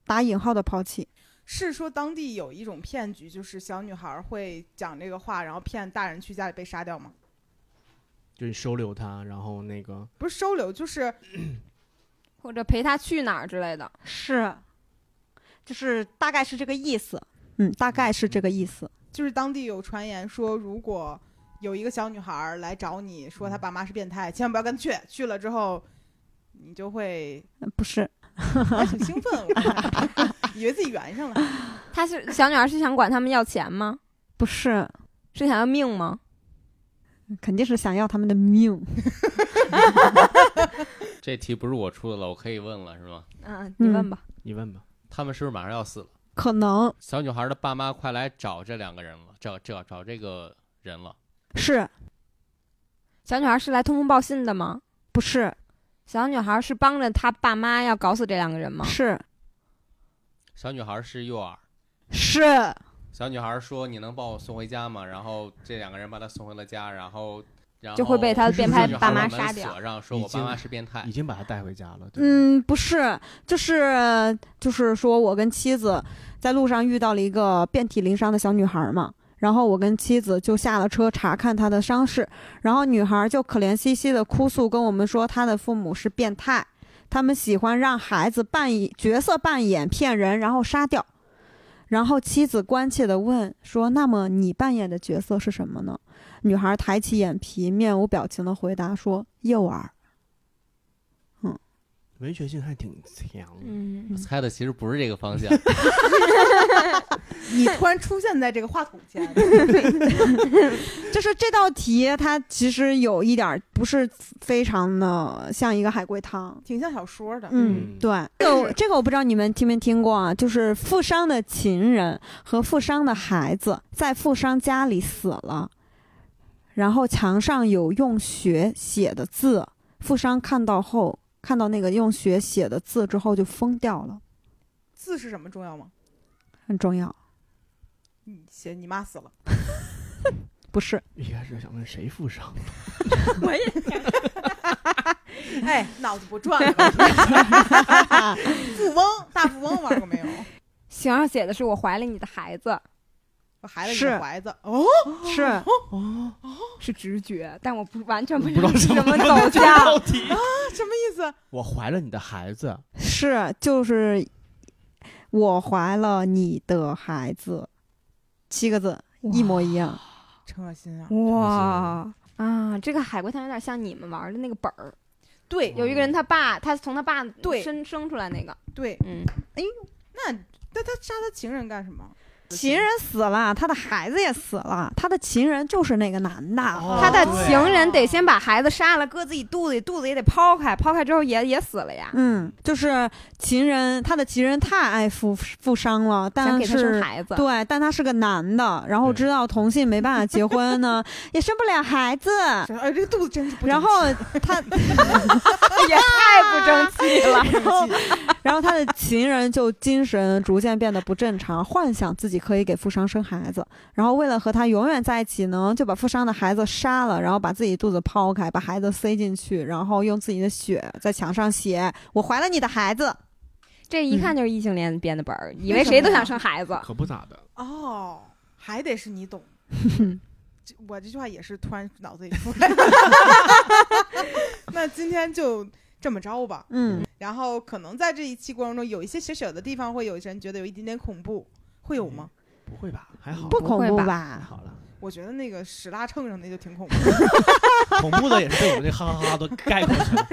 [SPEAKER 4] 打引号的抛弃。
[SPEAKER 1] 是说当地有一种骗局，就是小女孩儿会讲这个话，然后骗大人去家里被杀掉吗？
[SPEAKER 2] 就是收留他，然后那个
[SPEAKER 1] 不是收留，就是
[SPEAKER 3] 或者陪他去哪儿之类的。
[SPEAKER 4] 是，就是大概是这个意思。嗯，大概是这个意思。
[SPEAKER 1] 就是当地有传言说，如果有一个小女孩儿来找你说她爸妈是变态，千万不要跟她去，去了之后你就会
[SPEAKER 4] 嗯不是，
[SPEAKER 1] 还挺兴奋，我看 以为自己圆上了。
[SPEAKER 3] 他是小女孩是想管他们要钱吗？
[SPEAKER 4] 不是，
[SPEAKER 3] 是想要命吗？
[SPEAKER 4] 肯定是想要他们的命。
[SPEAKER 5] 这题不是我出的了，我可以问了是吗？
[SPEAKER 3] 嗯，你问吧。
[SPEAKER 2] 你问吧，
[SPEAKER 5] 他们是不是马上要死了？
[SPEAKER 4] 可能
[SPEAKER 5] 小女孩的爸妈快来找这两个人了，找找找这个人了。
[SPEAKER 4] 是
[SPEAKER 3] 小女孩是来通风报信的吗？
[SPEAKER 4] 不是
[SPEAKER 3] 小女孩是帮着她爸妈要搞死这两个人吗？
[SPEAKER 4] 是
[SPEAKER 5] 小女孩是诱饵，
[SPEAKER 4] 是
[SPEAKER 5] 小女孩说：“你能帮我送回家吗？”然后这两个人把她送回了家，然后然后
[SPEAKER 3] 就会被她的
[SPEAKER 2] 变态
[SPEAKER 5] 小女孩
[SPEAKER 2] 爸
[SPEAKER 3] 妈
[SPEAKER 5] 把门
[SPEAKER 3] 杀掉
[SPEAKER 5] 锁上说：“我爸妈是变态
[SPEAKER 2] 已。经把他带回家了。对吧，
[SPEAKER 4] 嗯，不是，就是就是说我跟妻子在路上遇到了一个遍体鳞伤的小女孩嘛，然后我跟妻子就下了车查看她的伤势，然后女孩就可怜兮兮的哭诉，跟我们说她的父母是变态，他们喜欢让孩子扮演角色扮演骗人，然后杀掉。然后妻子关切地问说：“那么你扮演的角色是什么呢？”女孩抬起眼皮，面无表情地回答说：“诱饵。”
[SPEAKER 2] 文学性还挺强。
[SPEAKER 3] 嗯”，
[SPEAKER 5] 我猜的其实不是这个方向，
[SPEAKER 1] 你突然出现在这个话筒前，
[SPEAKER 4] 就是这道题，它其实有一点儿不是非常的像一个海龟汤。
[SPEAKER 1] 挺像小说的。
[SPEAKER 4] 嗯，对，这个我这个我不知道你们听没听过啊，就是富商的情人和富商的孩子在富商家里死了，然后墙上有用血写的字，富商看到后看到那个用血写的字之后就疯掉了，
[SPEAKER 1] 字是什么重要吗？
[SPEAKER 4] 很重要，
[SPEAKER 1] 你写你妈死了，
[SPEAKER 4] 不是
[SPEAKER 2] 一开始想问谁负伤，
[SPEAKER 3] 我也
[SPEAKER 1] 哎，脑子不转了。富翁，大富翁玩过没有？
[SPEAKER 3] 形上写的是我怀了你的孩子，
[SPEAKER 1] 我孩子你
[SPEAKER 4] 是
[SPEAKER 1] 的怀子哦，
[SPEAKER 4] 是
[SPEAKER 3] 是直觉，但我不完全不
[SPEAKER 2] 不知道
[SPEAKER 3] 是
[SPEAKER 2] 什
[SPEAKER 3] 什
[SPEAKER 2] 么
[SPEAKER 3] 么走向。
[SPEAKER 2] 题。
[SPEAKER 1] 什么意思？
[SPEAKER 2] 我怀了你的孩子，
[SPEAKER 4] 是啊就是我怀了你的孩子，七个字一模一样。
[SPEAKER 1] 陈可辛啊，
[SPEAKER 3] 哇啊！这个海龟汤有点像你们玩的那个本儿，
[SPEAKER 1] 对
[SPEAKER 3] 有一个人他爸，他从他爸
[SPEAKER 1] 对
[SPEAKER 3] 生生出来那个，
[SPEAKER 1] 对，
[SPEAKER 3] 嗯，
[SPEAKER 1] 那那他杀他情人干什么？
[SPEAKER 4] 情人死了，他的孩子也死了，他的情人就是那个男的。
[SPEAKER 2] 哦
[SPEAKER 3] 他的
[SPEAKER 2] 对
[SPEAKER 3] 情人得先把孩子杀了，搁自己肚子里，肚子也得剖开，剖开之后也也死了呀，
[SPEAKER 4] 嗯，就是情人，他的情人太爱富富商了，
[SPEAKER 3] 想
[SPEAKER 4] 但
[SPEAKER 3] 给他生
[SPEAKER 4] 是
[SPEAKER 3] 孩子，
[SPEAKER 4] 对，但他是个男的，然后
[SPEAKER 2] 对
[SPEAKER 4] 知道同性没办法结 婚呢，也生不了孩子。
[SPEAKER 1] 哎，这个肚子真是不争气。
[SPEAKER 4] 然后他，
[SPEAKER 3] 也太不争气了。
[SPEAKER 1] 不争气
[SPEAKER 4] 然后他的情人就精神逐渐变得不正常，幻想自己可以给富商生孩子，然后为了和他永远在一起呢，就把富商的孩子杀了，然后把自己肚子剖开，把孩子塞进去，然后用自己的血在墙上写“我怀了你的孩子
[SPEAKER 3] 这一看就是异性恋编的本儿，以为谁都想生孩子。
[SPEAKER 2] 可不咋的。
[SPEAKER 1] 哦，还得是 你懂。这我这句话也是突然脑子里出来。 那今天就这么着吧”。。
[SPEAKER 4] 嗯，
[SPEAKER 1] 然后可能在这一期过程中，有一些小小的地方，会有些人觉得有一点点恐怖，会有吗？
[SPEAKER 2] 不会吧？还好，
[SPEAKER 4] 不恐怖
[SPEAKER 3] 不会
[SPEAKER 2] 还
[SPEAKER 4] 吧？
[SPEAKER 2] 好了。
[SPEAKER 1] 我觉得那个屎拉秤上那就挺恐怖的，
[SPEAKER 2] 恐怖的也是被我们这哈哈哈都盖过去了。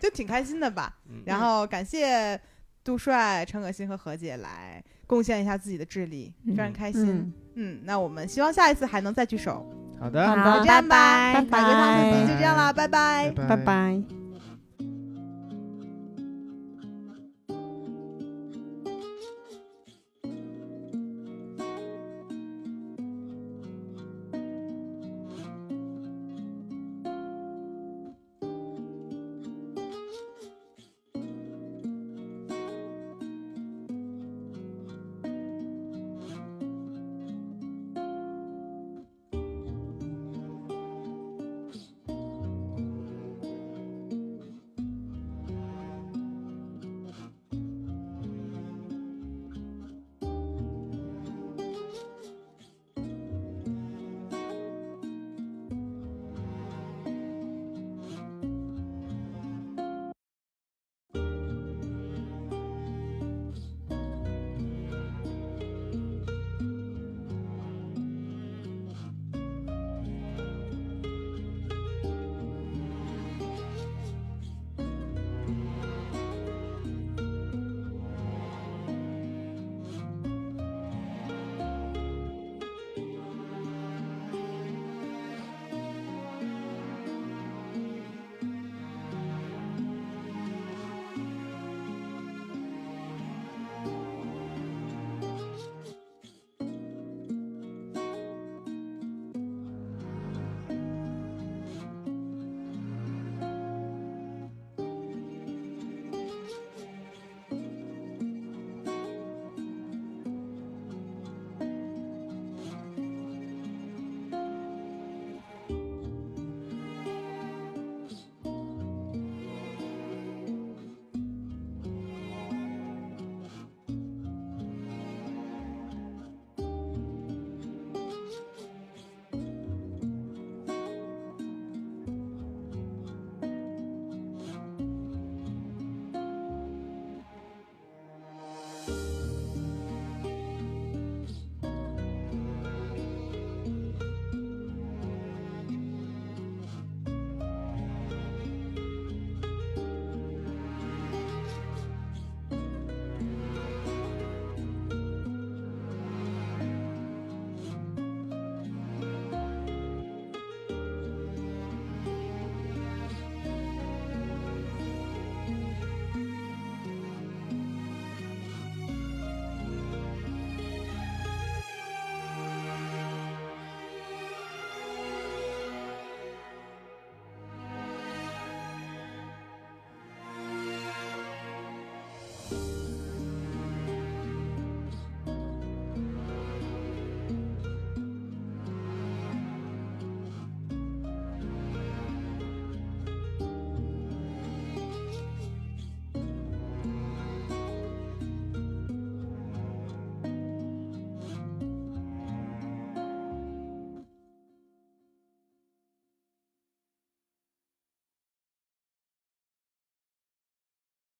[SPEAKER 1] 就挺开心的吧。
[SPEAKER 2] 嗯
[SPEAKER 1] 然后感谢杜帅、陈可辛和何姐来贡献一下自己的智力，非常开心。
[SPEAKER 4] 嗯，
[SPEAKER 1] 嗯，那我们希望下一次还能再聚首。
[SPEAKER 2] 好的，
[SPEAKER 1] 就
[SPEAKER 3] 嗯好
[SPEAKER 1] 这样吧，
[SPEAKER 3] 拜拜
[SPEAKER 1] 海龟汤这
[SPEAKER 4] 拜
[SPEAKER 1] 期就这样啦，拜拜
[SPEAKER 2] 拜
[SPEAKER 4] 拜拜。